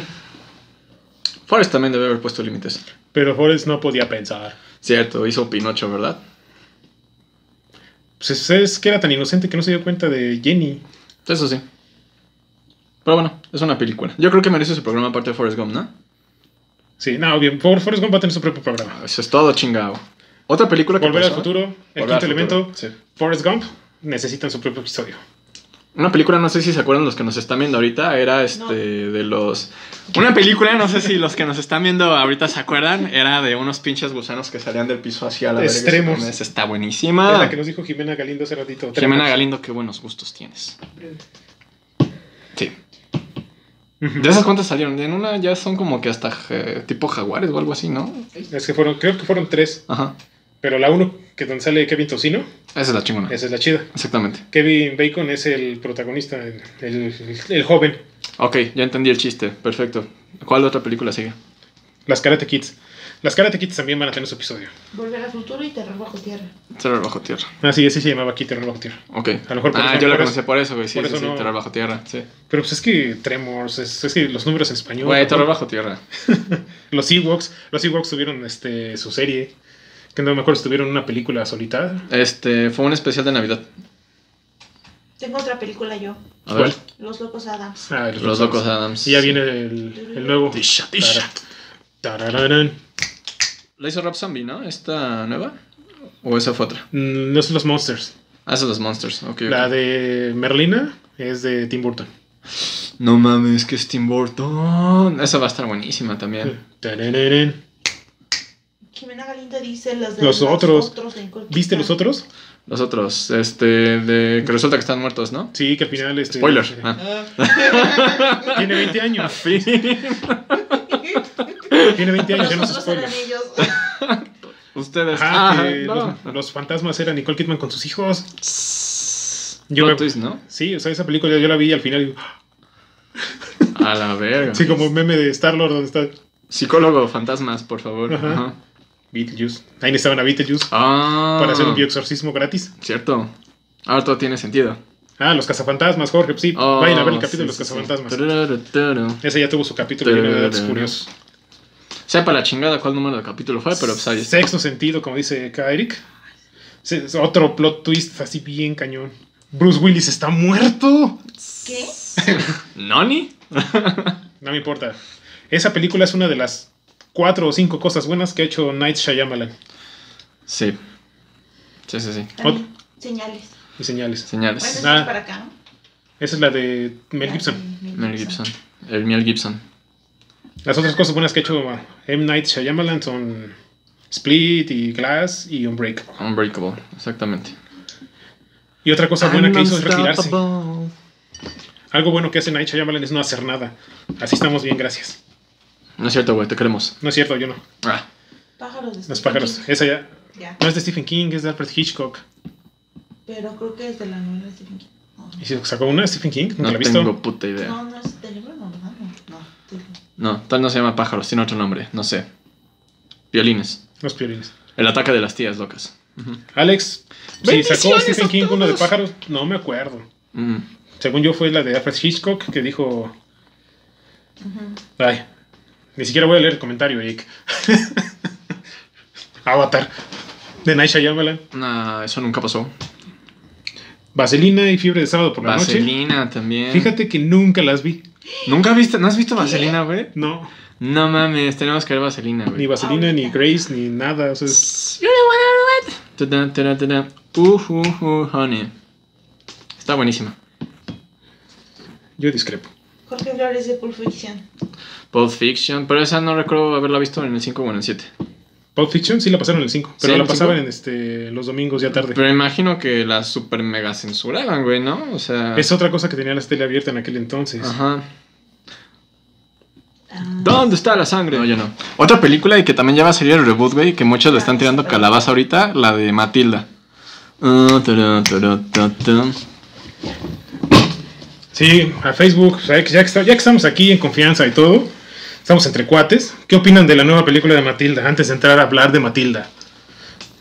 Forrest también debe haber puesto límites.
Pero Forrest no podía pensar.
Cierto, hizo Pinocho, ¿verdad?
Pues es- es que era tan inocente que no se dio cuenta de Jenny.
Eso sí. Pero bueno, es una película. Yo creo que merece su programa aparte de Forrest Gump, ¿no?
Sí, no, bien. For- Forrest Gump va a tener su propio programa.
Ah, Eso es todo chingado. Otra película que
Volver al
pasó-
futuro, el
¿eh? Volver al
quinto
futuro,
elemento,
sí.
Forrest Gump, necesitan su propio episodio.
Una película, no sé si se acuerdan los que nos están viendo ahorita, era este de los... Una película, no sé si los que nos están viendo ahorita se acuerdan, era de unos pinches gusanos que salían del piso hacia la verga y se
Extremos.
comían. Esa Está
Es
buenísima.
la que nos dijo Jimena Galindo hace ratito.
Ah. Jimena Galindo, qué buenos gustos tienes. Sí. De esas cuántas salieron, en una ya son como que hasta eh, tipo jaguares o algo así, ¿no?
Es que fueron, creo que fueron tres,
Ajá.
pero la uno que donde sale Kevin Tocino,
Esa es la chingona.
esa es la chida.
Exactamente.
Kevin Bacon es el protagonista, el, el- el joven.
Ok, ya entendí el chiste. Perfecto. ¿Cuál otra película sigue?
Las Karate Kids. Las Karate Kids también van a tener su episodio.
Volver al futuro y terror bajo tierra.
Terror bajo tierra.
Ah, sí, ese se llamaba aquí Terror Bajo Tierra.
Ok.
A lo mejor por
ah,
eso-
yo la
por eso-
conocía por eso, güey. Sí,
por
sí,
eso
sí,
no-
Terror bajo tierra. Sí.
Pero pues es que Tremors, es, es que los números en español.
Güey,
¿no?
Terror bajo tierra.
Los Ewoks, los Ewoks tuvieron este, su serie, que no me acuerdo si tuvieron una película solitaria.
Este, fue un especial de Navidad.
Tengo otra película yo.
A ver.
¿Cuál?
Los locos Adams.
Ah,
Los Locos Adams.
Y ya viene el, el nuevo.
Tisha, tisha.
Tarararán.
La hizo Rob Zombie, ¿no? ¿Esta nueva? ¿O esa fue otra?
Mm, No son los Monsters.
Ah, esa es los Monsters. Ok. ok.
La de Merlina es de Tim Burton.
No mames, que es Tim Burton. Esa va a estar buenísima también.
Tarararán.
Jimena Galindo dice las de
Los otros.
de Incultura.
¿Viste los otros?
Los otros, este, de que resulta que están muertos, ¿no?
Sí, que al final. Este,
Spoiler.
eh,
Ah.
Tiene
[LAUGHS]
20 años.
Fin.
[LAUGHS]
Tiene 20 años,
Los
ya no es
otros
spoiler.
eran ellos.
[LAUGHS]
Ustedes.
Ajá,
Ah,
que
no.
los, los fantasmas eran Nicole Kidman con sus hijos. Yo
Yo
me-
¿no?
Sí, o sea, esa película yo la vi y al final. digo, ¡ah!
A la verga.
Sí, como meme de Star-Lord donde está
Psicólogo, fantasmas, por favor.
Ajá.
Ajá.
Beetlejuice. Ahí necesitaban a Beetlejuice
Ah.
para hacer un bioexorcismo gratis.
Cierto. Ahora todo tiene sentido.
Ah, los cazafantasmas, Jorge. pues Sí,
Oh,
vayan a ver el
sí,
capítulo de los
sí, sí.
cazafantasmas.
Tururu, tururu.
Ese ya tuvo su capítulo lleno de datos curiosos.
Sepa la chingada cuál número de capítulo fue, pero pues ahí está.
Sexto sentido, como dice acá Eric. Sí, es Otro plot twist así bien cañón. Bruce Willis está muerto.
¿Qué?
¿Nani?
No me importa. Esa película es una de las cuatro o cinco cosas buenas que ha hecho Night Shyamalan.
Sí. Sí, sí, sí.
También, Señales.
Y señales.
Bueno,
Señales.
es
Ah.
para acá.
Esa es la de Mel Gibson.
Mel Gibson. El Miel Gibson.
Las otras cosas buenas que ha hecho M. Night Shyamalan son Split y Glass y Unbreakable.
Unbreakable, exactamente.
Y otra cosa buena que hizo es retirarse.
Unstoppable.
Algo bueno que hace Night Shyamalan es no hacer nada. Así estamos bien, gracias.
No es cierto, güey, te queremos.
No es cierto, yo no.
Ah,
Pájaros de
Los
Stephen
pájaros.
King.
Esa ya.
Ya.
No es de Stephen King, es de Alfred Hitchcock.
Pero creo que es de la novela de Stephen King. No,
¿Y si sacó una de Stephen King?
no
¿Nunca la he
tengo
visto?
puta idea.
No, no es del libro, no, ¿verdad? No, no. del-
No, tal no se llama pájaros, tiene otro nombre, no sé. Violines.
Los piolines.
El ataque de las tías locas.
Alex, sí, sacó
Bendiciones
Stephen
a
King uno de
todos.
pájaros. No me acuerdo.
Mm.
Según yo fue la de Alfred Hitchcock que dijo...
Ujú.
Ay, ni siquiera voy a leer el comentario, Eric. [LAUGHS] Avatar de Night Shyamalan.
No, eso nunca pasó.
Vaselina y fiebre de sábado por la
Vaselina también.
noche. Fíjate que nunca las vi.
¿Nunca viste, no has visto Vaselina, güey?
No,
No mames, tenemos que ver Vaselina,
ni
güey.
Vaselina, ni Grace, ni nada. o sea, es-
Tudum, tudum, tudum. Uh, uh, uh, honey. Está buenísima.
yo discrepo.
Jorge Flores de Pulp Fiction.
Pulp Fiction, pero esa no recuerdo haberla visto en el 5 o en el 7.
Pulp Fiction sí la pasaron en el 5,
¿Sí,
pero
en
la
el cinco? Ah,
pasaban en este los domingos ya tarde.
Pero imagino que la super mega censuraban, güey, ¿no? O sea.
Es otra cosa que tenía la tele abierta en aquel entonces.
Ajá.
Ah,
¿Dónde está la sangre? No, yo no. Otra película y que también ya va a salir el reboot, güey, que muchos le están tirando calabaza ahorita, la de Matilda. Ah, tará, tará, tá, tá.
Sí, a Facebook, o sea, ya, que, está- ya que estamos aquí en confianza y todo, estamos entre cuates. ¿Qué opinan de la nueva película de Matilda? Antes de entrar a hablar de Matilda,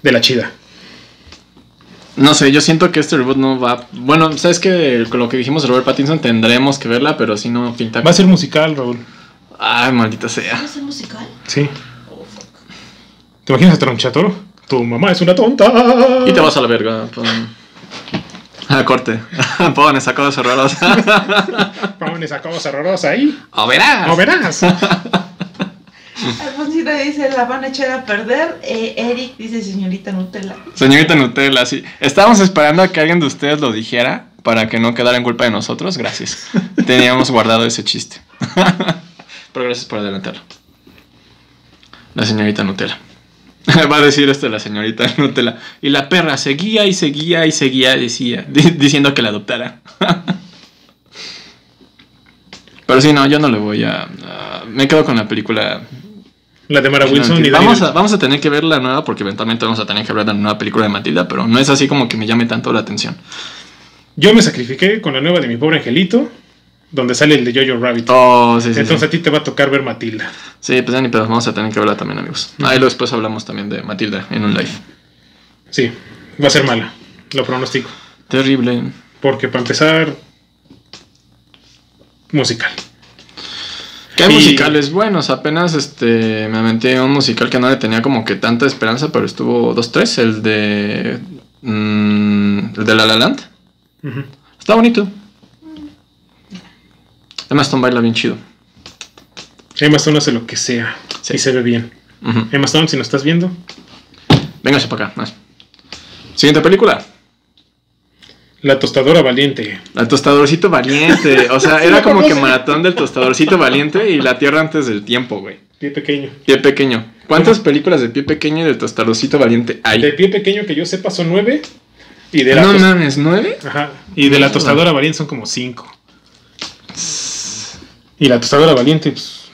de la chida.
No sé, yo siento que este reboot no va. Bueno, sabes que con lo que dijimos de Robert Pattinson tendremos que verla, pero si no pinta.
Va a ser musical, Raúl.
Ay, maldita sea.
¿Es el musical?
Sí.
Oh, fuck.
¿Te imaginas a Tronchatoro? Tu mamá es una tonta.
Y te vas a la verga. pon- Ah, corte. [LAUGHS] Pon esa cosa [LAUGHS] horrorosa.
Pon esa cosa horrorosa ahí.
o verás.
No verás.
Alfonsina dice, la van a echar a perder. Eh, Eric dice, señorita Nutella.
Señorita Nutella, sí. Estábamos esperando a que alguien de ustedes lo dijera para que no quedara en culpa de nosotros. [LAUGHS] Gracias. Teníamos guardado ese chiste. [LAUGHS] Pero gracias por adelantarlo. La señorita Nutella. [LAUGHS] Va a decir esto la señorita Nutella. Y la perra seguía y seguía y seguía decía, di- diciendo que la adoptara. [LAUGHS] Pero sí, no, yo no le voy a... a- me quedo con la película
La de Mara Wilson y
vamos, a,
Daniel.
vamos a tener que ver la nueva porque eventualmente vamos a tener que hablar de la nueva película de Matilda, pero no es así como que me llame tanto la atención.
Yo me sacrifiqué con la nueva de mi pobre angelito, donde sale el de Jojo Rabbit.
Oh, sí, sí, sí.
Entonces a ti te va a tocar ver Matilda.
Sí, pues ya ni pedos, vamos a tener que verla también, amigos. Ahí luego después hablamos también de Matilda en un live.
Sí, va a ser mala. Lo pronostico.
Terrible.
Porque para empezar, musical.
Que hay
Y-
musicales buenos, apenas este me aventé un musical que no le tenía como que tanta esperanza, pero estuvo 2-3, el de. mm, el de La La Land. Está bonito. Emma Stone baila bien chido.
Emma Stone hace lo que sea
Sí.
y se ve bien.
Ujú.
Emma Stone, si nos estás viendo,
Véngase para acá, más. Siguiente película.
La Tostadora Valiente.
El tostadorcito valiente. O sea, era como que maratón del tostadorcito valiente y la tierra antes del tiempo, güey.
Pie pequeño.
Pie pequeño. ¿Cuántas películas de pie pequeño y del tostadorcito valiente
De
hay?
pie pequeño que yo sepa son nueve. Y de la,
No
tos-
mames, ¿nueve?
Ajá, y de la Tostadora Valiente son como cinco. Y la Tostadora Valiente, pues,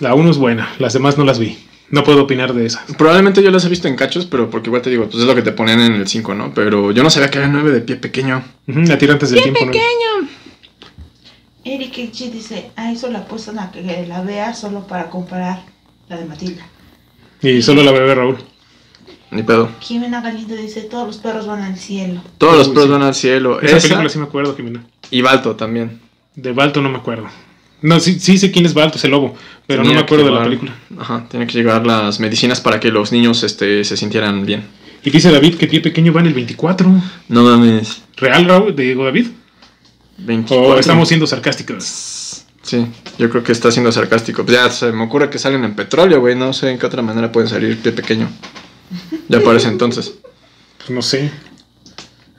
la uno es buena, las demás no las vi. No puedo opinar de esas.
Probablemente yo las he visto en cachos, pero porque igual te digo, pues es lo que te ponen en el 5, ¿no? Pero yo no sabía que había nueve de pie pequeño.
Ujú, La tira antes del tiempo. ¿no?
Eric H. dice, ah, eso la apuestan a que la vea solo para comparar la de Matilda.
Y solo la bebé Raúl.
Ni pedo.
Jimena Galindo dice, todos los perros van al cielo.
Todos los
Uy,
pros
sí.
van al cielo.
Esa,
Esa,
película sí me acuerdo, Jimena.
y Balto también.
De Balto no me acuerdo. No, sí, sí sé quién es Balto, ese lobo, pero no
Tenía
me acuerdo
que
de la
llevar-
película.
Ajá, tenía que llegar las medicinas para que los niños este, se sintieran bien.
Y dice David que Pie Pequeño va en el 24.
No mames.
¿Real, Raúl? Diego David. O
24.
Oh, estamos siendo sarcásticos.
Sí, yo creo que está siendo sarcástico. Pues ya se me ocurre que salen en petróleo, güey. No sé en qué otra manera pueden salir pie pequeño. Ya parece entonces.
Pues no sé.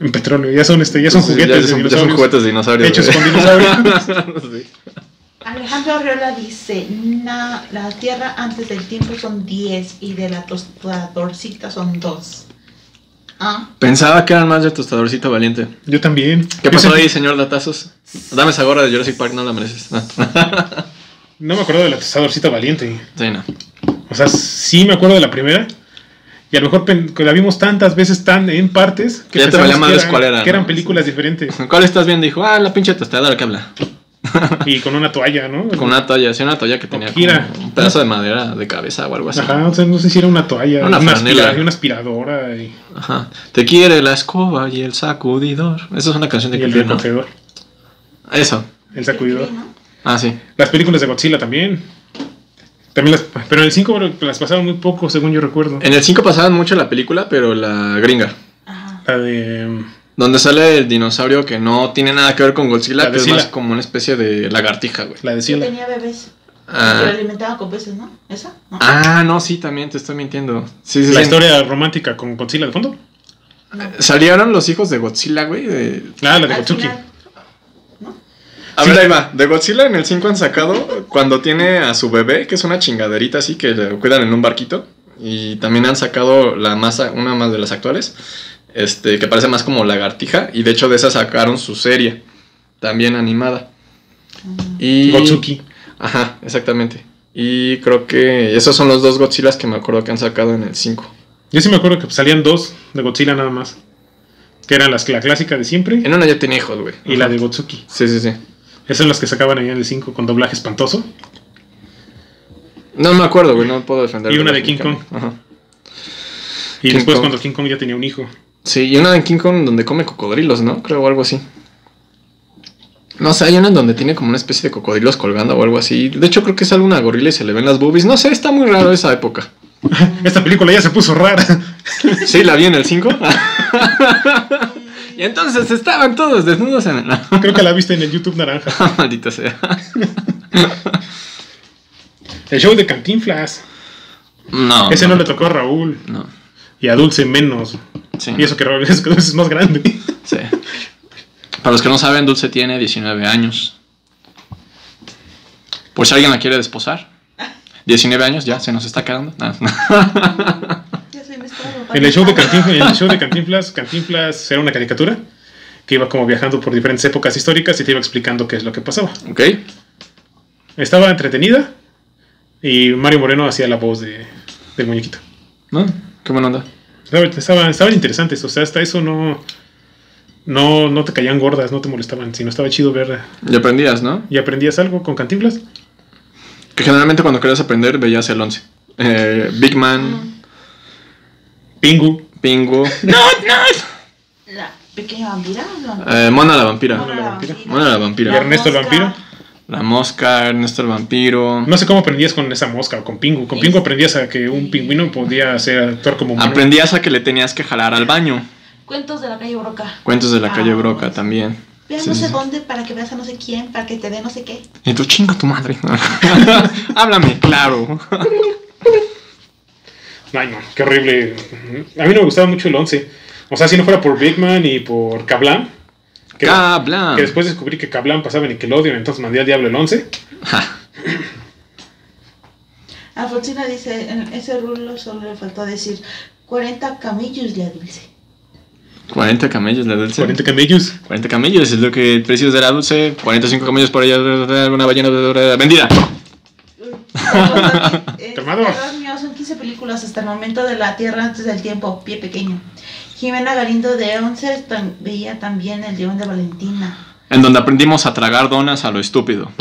En petróleo. Ya son, este, [LAUGHS] ya son
Sí,
juguetes.
ya son,
de
ya son
dinosaurios.
juguetes de dinosaurios.
Hechos
güey.
con dinosaurios.
[LAUGHS] Sí.
Alejandro Arreola dice, "Na- la tierra antes del tiempo son 10 y de la tostadorcita son 2. Ah,
Pensaba que eran más de tostadorcito valiente.
Yo también.
¿Qué
Yo
pasó
sentí-
ahí, señor Datazos? Dame esa gorra de Jurassic Park, no la mereces. No.
No me acuerdo de la tostadorcita valiente.
Sí, no.
O sea, sí me acuerdo de la primera. Y a lo mejor pen- que la vimos tantas veces tan en partes que
Ya te
pensamos
valía madres
que, eran,
cuál era,
que eran
¿no?
películas diferentes.
¿Cuál estás viendo? Dijo, ah, la pinche tostadora que habla.
Y con una toalla, ¿no?
[LAUGHS] Con una toalla, sí, una toalla que tenía
Kira.
como un pedazo de madera de cabeza o algo así.
Ajá, o sea, no sé si era una toalla,
Una
una,
franela.
aspira- y una aspiradora y,
Ajá. Te quiere la escoba y el sacudidor. Esa es una canción de
y el
Creepy, ¿no?
recogedor,
Eso.
el sacudidor.
¿no?
Ah, sí.
Las películas de Godzilla también. También las, pero en el 5 las pasaban muy poco, según yo recuerdo.
En el 5 pasaban mucho la película, pero la gringa.
Ajá.
La de. mm,
Donde sale el dinosaurio que no tiene nada que ver con Godzilla,
La de
que es
Sila.
más como una especie de lagartija, güey.
La de
Que
Sila.
tenía bebés. Que lo
Ah,
alimentaban con peces, ¿no? ¿Esa? ¿No?
ah, no, sí, también te estoy mintiendo. Sí, sí,
La
sí.
historia romántica con Godzilla de fondo.
Salieron los hijos de Godzilla, güey. de-
Ah, la de
Al
Gotsuki.
final,
A
Sí.
ver, ahí va. De Godzilla en el 5 han sacado cuando tiene a su bebé, que es una chingaderita así, que lo cuidan en un barquito. Y también han sacado la masa, una más de las actuales, este, que parece más como lagartija. Y de hecho de esa sacaron su serie, también animada. Y...
Gotsuki.
Ajá, exactamente. Y creo que esos son los dos Godzillas que me acuerdo que han sacado en el 5.
Yo sí me acuerdo que salían dos de Godzilla nada más. Que eran las, la clásica de siempre
En una ya tiene hijos, güey.
y la de Gotsuki.
Sí, sí, sí.
Esas son las que sacaban ahí en el 5 con doblaje espantoso.
No me acuerdo, güey, no puedo defender.
Y una de King Kong.
Ajá.
Y
King
después
Kong.
cuando King Kong ya tenía un hijo. [LAUGHS]
Sí, y una en King Kong donde come cocodrilos, ¿no? Creo o algo así. No sé, hay una en donde tiene como una especie de cocodrilos colgando o algo así. De hecho, creo que sale una gorila y se le ven las boobies. No sé, está muy raro esa época.
Esta película ya se puso rara.
Sí, la vi en el 5. [LAUGHS] y entonces estaban todos desnudos en el... [LAUGHS] Ah,
Creo que la viste en el YouTube naranja.
Maldita sea.
El show de Cantinflas.
Ah, No.
Ese no le tocó a Raúl.
No.
Y a Dulce menos.
Sí.
Y eso que Raúl eso que Dulce es [LAUGHS] más grande.
Sí. Para los que no saben, Dulce tiene 19 años. Por si alguien la quiere desposar. 19 años, ya, se nos está quedando. No, no.
ya soy mezclado,
En el show de
papá.
Cantinflas, en el show de Cantinflas, Cantinflas era una caricatura que iba como viajando por diferentes épocas históricas y te iba explicando qué es lo que pasaba.
ok.
Estaba entretenida y Mario Moreno hacía la voz de, del muñequito.
¿No? ¿Qué buena onda?
Estaba- Estaban, estaban interesantes, o sea, hasta eso no, no, no te caían gordas, no te molestaban, sino estaba chido ver
Y aprendías, ¿no?
y aprendías algo con Cantinflas.
Que generalmente cuando querías aprender veías el 11. Eh, Big
Mm.
Man,
Pingu,
[LAUGHS]
Pingu. ¡No, no!
La pequeña vampira. ¿no?
eh, Mona la vampira.
Mona la vampira.
Mona la
y
Ah, vampira.
La
Ernesto el
mosca.
vampiro.
La mosca, Ernesto el vampiro.
No sé cómo aprendías con esa mosca o con Pingu. Con Pingu aprendías a que un pingüino podía hacer actuar como humano.
Aprendías a que le tenías que jalar al baño.
Cuentos de la calle Broca.
Cuentos de la calle
Ah.
Broca también.
Ve a
Sí,
no
sí,
sé
sí.
dónde para que veas a no sé quién, para que te dé no sé qué.
Y tú chinga tu madre. [LAUGHS] Háblame, claro. [LAUGHS]
Ay, no, qué horrible. A mí no me gustaba mucho el 11. O sea, si no fuera por Big Man y por Kablam, que,
Cabla.
que después descubrí que Kablam pasaba en Nickelodeon, entonces mandé al diablo el 11.
Ja.
Alfonsina dice, en ese rulo solo le faltó decir 40 camillos de dulce.
40 camellos la dulce. 40,
40 camellos.
camellos es lo que el precio de la dulce. 45 camellos por allá. Una ballena vendida.
[LAUGHS]
Tomado.
Dios mío, son 15 películas hasta el momento de la Tierra antes del tiempo, pie pequeño. Jimena Galindo de 11 tan- veía también el León de Valentina.
En donde aprendimos a tragar donas a lo estúpido.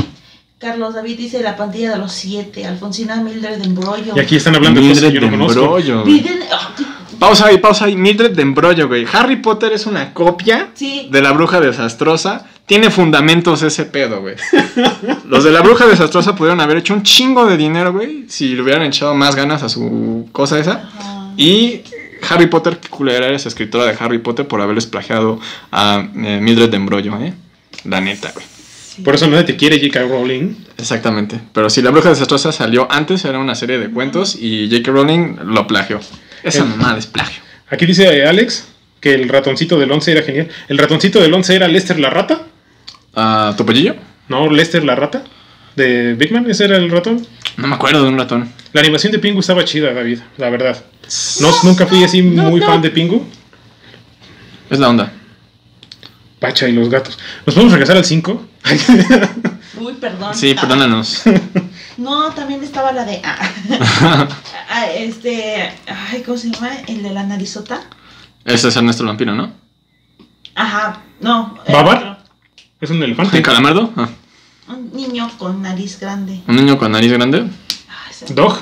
Carlos David dice la pandilla de los 7. Alfonsina Mildred de Embrollo.
Y aquí están hablando de cosas que yo no
de
conozco.
embrollo. güey.
Piden- ah, qué-
Pausa ahí, pausa ahí. Mildred de embrollo, güey. Harry Potter es una copia
Sí.
de la bruja desastrosa. Tiene fundamentos ese pedo, güey. [LAUGHS] Los de la bruja desastrosa pudieron haber hecho un chingo de dinero, güey. Si le hubieran echado más ganas a su cosa esa.
Ajá.
Y Harry Potter, qué culera eres escritora de Harry Potter por haberles plagiado a eh, Mildred de Embrollo, ¿eh? La neta, güey.
Sí.
Por eso nadie te quiere, J.K. Rowling.
Exactamente. Pero si La Bruja Desastrosa salió antes, era una serie de cuentos y J.K. Rowling lo plagió. Esa
Eh.
mamada es plagio.
Aquí dice eh, Alex que el ratoncito del 11 era genial. ¿El ratoncito del 11 era Lester la rata?
Ah, ¿Topollillo?
¿No, Lester la rata? ¿De Big Man? ¿Ese era el ratón?
No me acuerdo de un ratón.
La animación de Pingu estaba chida, David, la verdad. No, nunca fui así muy fan de Pingu.
Es la onda.
Pacha y los gatos. ¿Nos podemos regresar al 5?
Uy, perdón.
Sí,
Ah.
perdónanos.
No, también estaba la de. ah. [LAUGHS] Ah, este. Ay, ¿Cómo se llama? El de la narizota.
Ese es Ernesto el vampiro, ¿no?
Ajá, no. eh, el
¿Babar?
otro.
es un elefante.
¿El calamardo? Ah,
Un niño con nariz grande.
¿Un niño con nariz grande?
Ay, se-
¿Dog?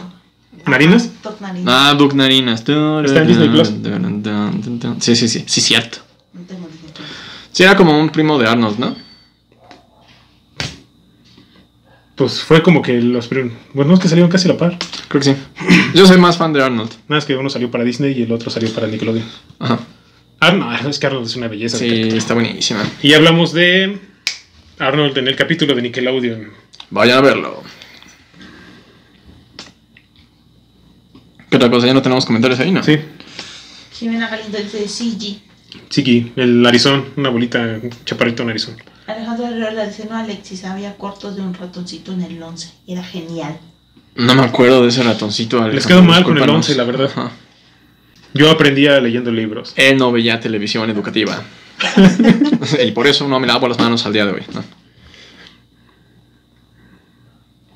¿Narinas?
Doc Narinas.
Ah, Duke Narinas. Está
en Disney Plus.
Sí, sí, sí. Sí, cierto.
No tengo ni idea.
Sí, era como un primo de Arnold, ¿no?
pues fue como que los prim- Bueno, es que salieron casi a la par.
Creo que sí. Yo soy más fan de Arnold.
Nada, es que uno salió para Disney y el otro salió para Nickelodeon.
Ajá.
Arnold, es que Arnold es una belleza.
Sí, está buenísima.
Y hablamos de Arnold en el capítulo de Nickelodeon.
Vayan a verlo. ¿Qué otra cosa? Ya no tenemos comentarios ahí, ¿no?
Sí,
Jimena Galindo dice CG.
Chiqui, el narizón, una bolita, un chaparrito narizón.
Alejandro Arreola dice, no Alexis, había cortos de un ratoncito en el 11. Era genial.
No me acuerdo de ese ratoncito.
Les
Alejandro,
quedó mal con el
discúlpanos.
11, la verdad.
Ajá.
Yo aprendía leyendo libros.
Él no veía televisión
[LAUGHS]
educativa. y por eso no me lavo las manos al día de hoy. ¿no?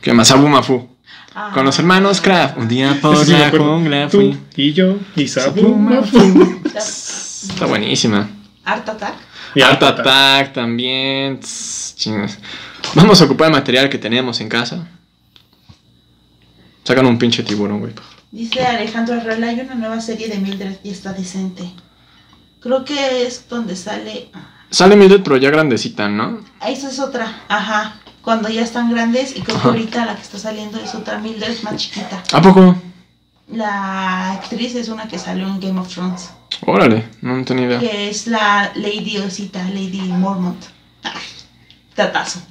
¿Qué más? Abu Mafu.
Ah.
Con los hermanos Kraft. Un
[LAUGHS]
día por
Ese sí me
la
acuerdo.
jungla
Tú
fui.
y yo y Sabu.
Mafu.
La-
Está buenísima.
Art Attack.
Y
Art
Art Attack.
Attack también. Tss, chingas. Vamos a ocupar el material que tenemos en casa. Sacan un pinche tiburón, güey.
Dice Alejandro Arreola, hay una nueva serie de Mildred y está decente. Creo que es donde sale...
Sale Mildred, pero ya grandecita, ¿no?
Ah, Esa es otra. Ajá. Cuando ya están grandes y creo
[LAUGHS]
que
Ajá.
ahorita la que está saliendo es otra Mildred más chiquita.
¿A poco?
La actriz es una que salió en Game of Thrones.
Órale, no tenía idea.
Que es la Lady Osita, Lady Mormont. Ah, Tatazo.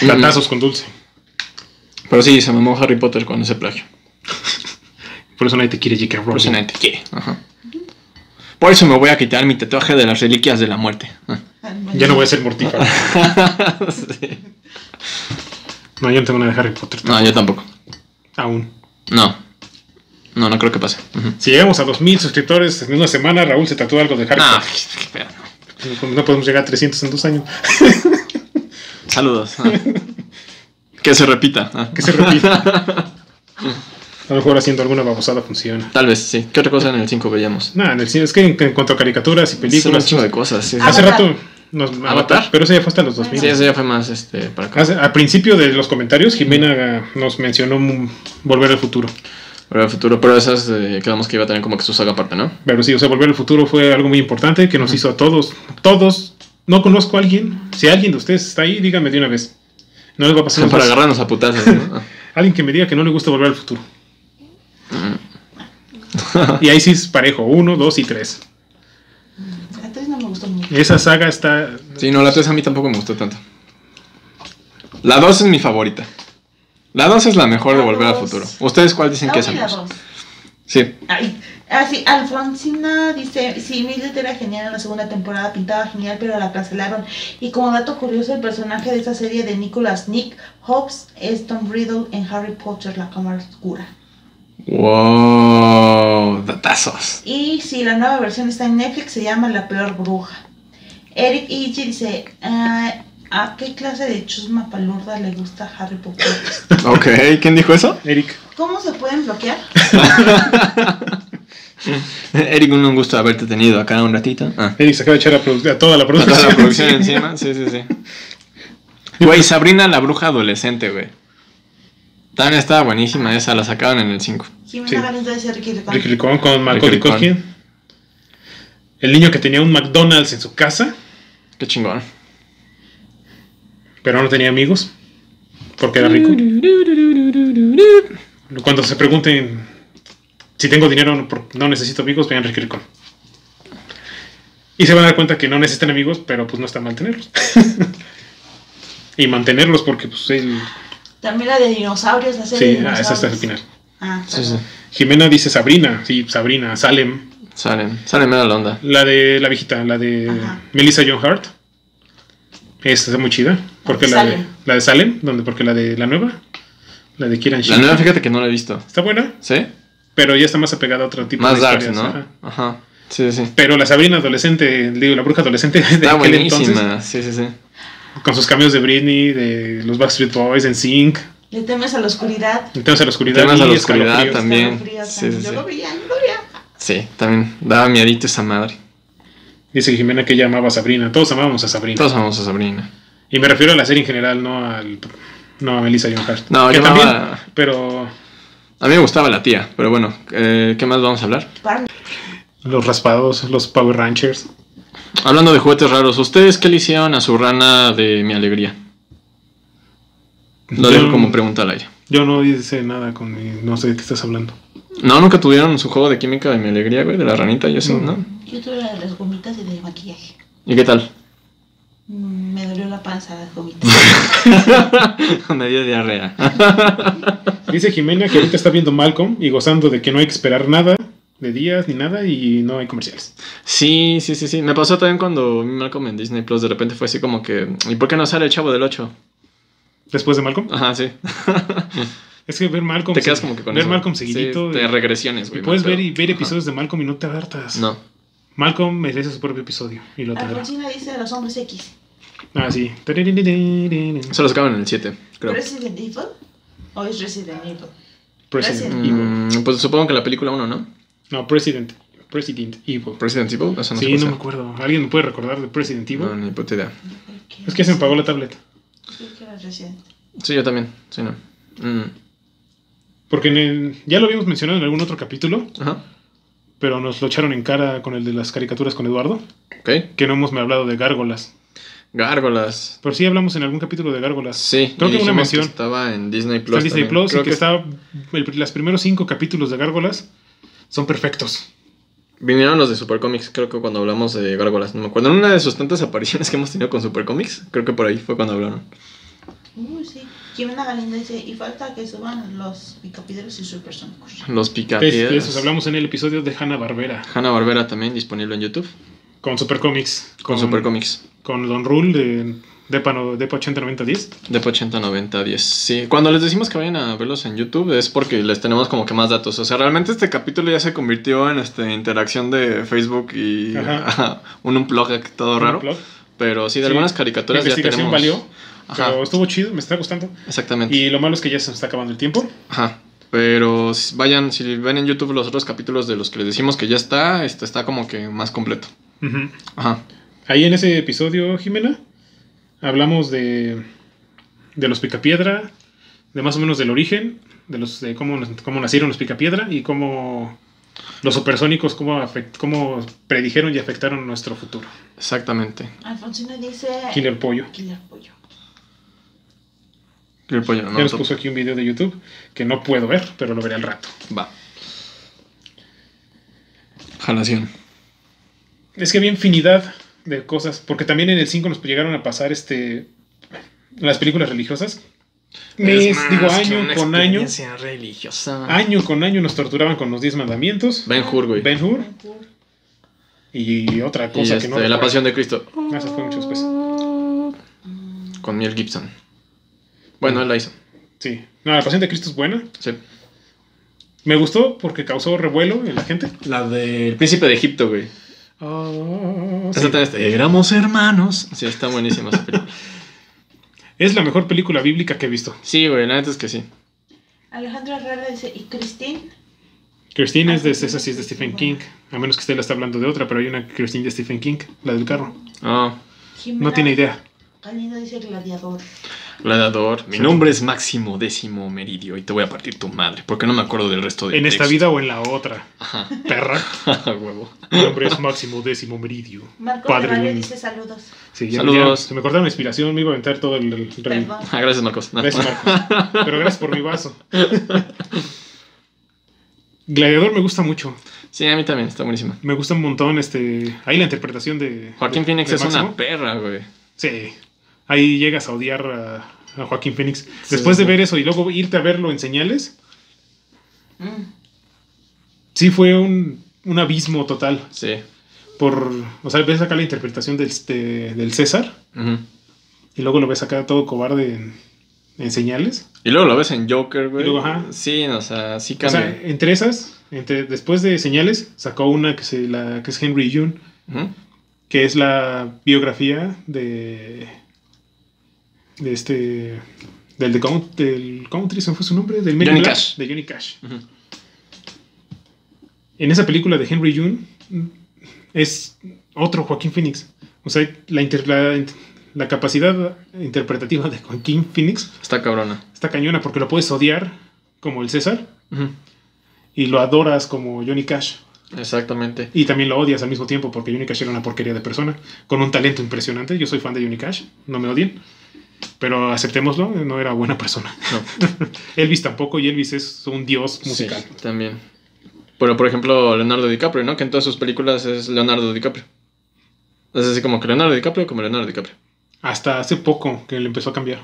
Platazos con dulce.
Mm. Pero sí, se mamó Harry Potter con ese plagio.
Por eso nadie te quiere J.K.
Por eso
Rowling.
nadie te quiere. Ajá. Por eso me voy a quitar mi tatuaje de las reliquias de la muerte. Ah. [LAUGHS]
Ya no voy a ser mortífago.
Sí.
No, yo no tengo nada de Harry Potter.
No, yo tampoco.
Aún.
No. No, no creo que pase. Ujú.
Si llegamos a 2000 suscriptores en una semana, Raúl se tatúa algo de Harry
No,
Potter.
Ah, [LAUGHS] qué pedo, no.
No podemos llegar a 300 en dos años. [LAUGHS]
Saludos. [LAUGHS] Ah. Que se repita. ah.
Que se repita. A lo mejor haciendo alguna babosada funciona.
[LAUGHS] Tal vez, sí. ¿Qué otra cosa en el 5 veíamos?
Nada, en el cine- es que en, en cuanto a caricaturas y
Son un
películas.
chingo de cosas, sí.
Ah,
Hace
Avatar.
rato. Nos,
¿Avatar?
Pero eso ya fue hasta los 2000.
Sí, eso ya fue más este, para acá.
Hace- al principio de los comentarios, Jimena eh, nos mencionó mm, Volver al Futuro.
Para el futuro, pero esas eh, quedamos que iba a tener como que su saga aparte, ¿no?
Pero sí, o sea, Volver al Futuro fue algo muy importante que nos hizo a todos. Todos. No conozco a alguien. Si alguien de ustedes está ahí, díganme de una vez. No les va
[LAUGHS]
a pasar
Para
nada.
agarrarnos a putazas, ¿no? Ah.
Alguien que me diga que no le gusta Volver al Futuro.
Mm.
Y ahí sí es parejo. Uno, dos y tres.
La tres no me gustó mucho.
Esa saga está...
[LAUGHS] Sí, no, la 3 a mí tampoco me gustó tanto. La 2 es mi favorita. La 2 es la mejor de
La
Volver al
dos.
Futuro. ¿Ustedes cuál dicen
La
que
uno
es
y la
amigos?
dos.
Sí.
Ay, ah, sí, Alfonsina dice, sí, Mildred era genial en la segunda temporada, pintaba genial, pero la cancelaron. Y como dato curioso, el personaje de esta serie de Nicholas Nick Hobbs es Tom Riddle en Harry Potter, la cámara oscura.
Wow, datazos.
Y si la nueva versión está en Netflix, se llama La Peor Bruja. Eric Iggy dice, ah, ¿a qué clase de chusma palurda le gusta Harry Potter?
Ok, ¿quién dijo eso?
Eric.
¿Cómo se pueden bloquear?
[LAUGHS] Eric, un gusto haberte tenido acá un ratito. Ah.
Eric se acaba de echar a, produ- a toda
Toda
la producción.
la
[LAUGHS]
producción encima, sí, sí, sí. [LAUGHS] Güey, Sabrina la bruja adolescente, güey. También estaba buenísima esa, la sacaron en el 5.
Jimena
Sí.
Galindo dice Ricky Ricón.
Ricky Ricón con Macaulay
Ricky Ricón.
Culkin. El niño que tenía un McDonald's en su casa,
Qué chingón.
pero no tenía amigos, porque era rico. Cuando se pregunten si tengo dinero o no, por- no necesito amigos, vean Ricky Ricón. Y se van a dar cuenta que no necesitan amigos, pero pues no está mal tenerlos. [LAUGHS] y mantenerlos porque pues el...
También la de dinosaurios, la serie
Sí,
de
ah, esa está al final.
dinosaurios. Ah,
Sí, sí.
Jimena dice Sabrina, sí, Sabrina, Salem.
Salen, salen mera la onda.
La de la viejita, la de
Ajá.
Melissa John Hart. Esta está muy chida. Porque
de
la de,
Salem.
la de Salem, donde, porque la de la nueva, la de Kieran
La
Sheen,
nueva, fíjate que no la he visto.
Está buena,
¿Sí?
pero ya está más apegada a otro tipo
Más
de
darks,
historias.
¿no?
ajá.
Ajá. Sí, sí.
Pero la Sabrina adolescente, digo, la bruja adolescente de
Está
aquel entonces,
buenísima. Sí, sí, sí.
con sus cambios de Britney, de los Backstreet Boys, en Sync,
Le temes a la oscuridad.
entonces a la oscuridad.
Temas a
y
la oscuridad
escalofríos.
también.
escalofríos,
Sí, sí,
Yo
sí.
lo veía, yo lo veía.
Sí, también daba miedito esa madre.
Dice Jimena que ella amaba a Sabrina. Todos amábamos a Sabrina.
Todos amamos a Sabrina.
Y me refiero a la serie en general, no al no a Melissa John Hart.
No,
que
yo amaba-
también, pero
A mí me gustaba la tía, pero bueno, eh, ¿qué más vamos a hablar?
Barney.
los raspados, los Power Ranchers.
Hablando de juguetes raros, ¿ustedes qué le hicieron a su rana de mi alegría? Lo
Yo-
dejo como pregunta al aire.
Yo no hice nada con mi- No sé de qué estás hablando.
No, nunca tuvieron su juego de química de mi alegría, güey, de la ranita y eso,
No.
¿no?
Yo tuve la de las gomitas y del maquillaje.
¿Y qué
[LAUGHS]
tal?
Mm, Me dolió la panza las gomitas.
Me dio diarrea.
Dice Jimena que ahorita está viendo Malcolm y gozando de que no hay que esperar nada de días ni nada y no hay comerciales.
Sí, sí, sí, sí. Me pasó también cuando vi Malcolm en Disney Plus. De repente fue así como que. ¿Y por qué no sale el chavo del 8?
Después de Malcolm.
Ajá, sí.
Es que ver
[LAUGHS]
Malcolm.
te quedas
se-
como que con
Ver
eso.
Malcolm
Sí,
seguidito.
te
y-
regresiones,
y
güey.
puedes
más
ver
pedo.
y ver
Ajá.
episodios de Malcolm y no te hartas.
No.
Malcolm merece su propio episodio y lo tendrá.
Alfonsina dice a los hombres X.
Ah, sí.
Se los acaban en el 7, creo.
¿Resident Evil? ¿O es Resident Evil?
President
Gracias.
Evil.
Mm, pues supongo que la película 1, ¿no?
No, President. President Evil.
Resident Evil. Eso no
sí,
sé cuál
no
sea.
me acuerdo. ¿Alguien me puede recordar de President Evil?
No, ni puta idea.
Es que se me pagó la tableta.
Creo que era Resident.
Sí, yo también. Sí, no. Mm,
Porque en el- ya lo habíamos mencionado en algún otro capítulo,
Ajá.
pero nos lo echaron en cara con el de las caricaturas con Eduardo,
Ok.
que no hemos hablado de gárgolas.
Gárgolas.
Pero sí hablamos en algún capítulo de gárgolas.
Sí. y
Creo que una
dijimos
mención. está
estaba en Disney Plus.
en Disney
también.
Plus y
Creo
que, está. el- los primeros cinco capítulos de gárgolas son perfectos.
Vinieron los de Supercomics, creo que cuando hablamos de Gárgolas, no me acuerdo. En una de sus tantas apariciones que hemos tenido con Supercomics, creo que por ahí fue cuando hablaron.
Uy, sí. Jimena Galindo dice, y falta que suban los picapiedros y supersónicos.
Los
De
Picapiedras.
esos hablamos en el episodio de Hanna Barbera,
Hanna Barbera también disponible en YouTube.
con Supercomics.
Con Supercomics.
Con Don Rule de Depa, no, Depa 80 90 10.
De 80, 90, 10. Sí, cuando les decimos que vayan a verlos en YouTube es porque les tenemos como que más datos. O sea, realmente este capítulo ya se convirtió en este, interacción de Facebook y [LAUGHS]
Ajá.
un unplug todo raro.
Plug.
Pero sí, de
Sí.
algunas caricaturas
La
ya
investigación
tenemos.
valió,
Ajá,
pero estuvo chido, me está gustando.
exactamente.
Y lo malo es que ya se nos está acabando el tiempo.
Ajá. Pero si- vayan, si ven en YouTube los otros capítulos de los que les decimos que ya está, este está como que más completo. Ajá.
Ahí en ese episodio, Jimena, hablamos de, de los picapiedra, de más o menos del origen, de los de cómo, cómo nacieron los picapiedra y cómo los supersónicos, cómo, afect- cómo predijeron y afectaron nuestro futuro.
Exactamente.
Alfonsina dice...
Killer Pollo.
Killer Pollo.
Y el pollo, no,
Ya nos
to-
puso aquí un video de YouTube que no puedo ver, pero lo veré al rato.
Va. Jalación.
Es que había infinidad de cosas, porque también en el 5 nos llegaron a pasar este las películas religiosas. Mes, digo, año con año,
religiosa.
año con año nos torturaban con los 10 mandamientos.
Ben Hur, güey.
Ben Hur y otra
y
cosa
este,
que no.
La Pasión de Cristo.
Ah, Eso fue mucho
pues.
después.
Con Mel Gibson. Bueno, él la hizo.
Sí. No, la pasión de Cristo es buena.
Sí.
Me gustó porque causó revuelo en la gente.
La del Príncipe de Egipto, güey.
Ah, sí.
Esa también está- Éramos hermanos. Sí, está buenísima esa
[LAUGHS]
película.
Es la mejor película bíblica que he visto.
Sí, güey, la neta es que sí.
Alejandro Herrera dice, y Christine...
Christine es de, esa sí es de Stephen King. A menos que usted la está hablando de otra, pero hay una Christine de Stephen King, la del carro.
Ah,
Jimena
No tiene idea.
Galindo dice gladiador.
Gladiador. Mi nombre es Máximo Décimo Meridio y te voy a partir tu madre. Porque no me acuerdo del resto de
En esta vida o en la otra.
Ajá. [LAUGHS]
Perra.
Huevo.
Mi nombre es Máximo Décimo Meridio.
Marcos
Padre
de Mario
de un-
dice saludos.
Sí, ya-
Saludos.
ya se me cortaron la inspiración, me iba a aventar todo el. el- el-
Perdón.
Ah, gracias, Marcos. No.
Gracias, Marcos. Pero gracias por mi vaso. Gladiador me gusta mucho.
Sí, a mí también, está buenísima.
Me gusta un montón este. Ahí la interpretación de.
Joaquín
de-
Phoenix
de
es
Máximo.
una perra, güey.
Sí. Ahí llegas a odiar a, a Joaquín Phoenix. Después
sí,
de
sí.
ver eso y luego irte a verlo en señales,
Mm.
sí fue un, un abismo total.
Sí.
Por. O sea, ves acá la interpretación del, de- del César.
Ujú.
Y luego lo ves acá todo cobarde en, en señales.
Y luego lo ves en Joker, güey.
Y luego, ajá.
Sí, o sea, sí
O
cambia.
sea, entre esas, entre, después de señales, sacó una que, se, la, que es Henry June.
Ujú.
que es la biografía de de este del de Count- del Country, ¿se me fue su nombre? Del Men in
Johnny
Black,
Cash.
De Johnny Cash.
Ujú.
En esa película de Henry June mm, es otro Joaquín Phoenix. O sea, la, inter- la, la capacidad interpretativa de Joaquín Phoenix
Está cabrona.
está cañona porque lo puedes odiar como el César
Ujú.
y lo adoras como Johnny Cash.
Exactamente.
Y también lo odias al mismo tiempo porque Johnny Cash era una porquería de persona, con un talento impresionante. Yo soy fan de Johnny Cash, no me odien. Pero aceptémoslo, no era buena persona. [LAUGHS]
No,
Elvis tampoco, y Elvis es un dios musical.
[LAUGHS] sí, también. Pero, por ejemplo, Leonardo DiCaprio, ¿no? Que en todas sus películas es Leonardo DiCaprio. Es así como que Leonardo DiCaprio como Leonardo DiCaprio.
Hasta hace poco que le empezó a cambiar.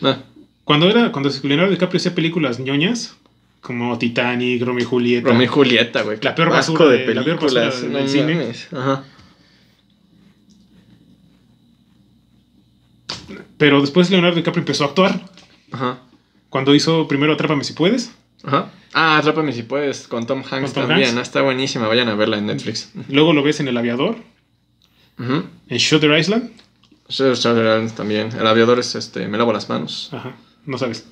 Ah,
Cuando era, cuando Leonardo DiCaprio hacía películas ñoñas, como Titanic, Romeo y Julieta.
Romeo y Julieta, güey.
La peor
Asco
basura de- la peor basura del cine.
mames, Ajá.
Pero después Leonardo DiCaprio empezó a actuar.
Ajá.
Cuando hizo primero Atrápame si puedes.
Ajá. Ah, Atrápame si puedes, con Tom Hanks
Tom
también.
Hanks.
Ah, Está buenísima, vayan a verla en Netflix.
Luego lo ves en El Aviador,
Ujú.
en Shutter Island.
Sir Charles Dance también. El aviador es este, me lavo las manos.
Ajá, no sabes.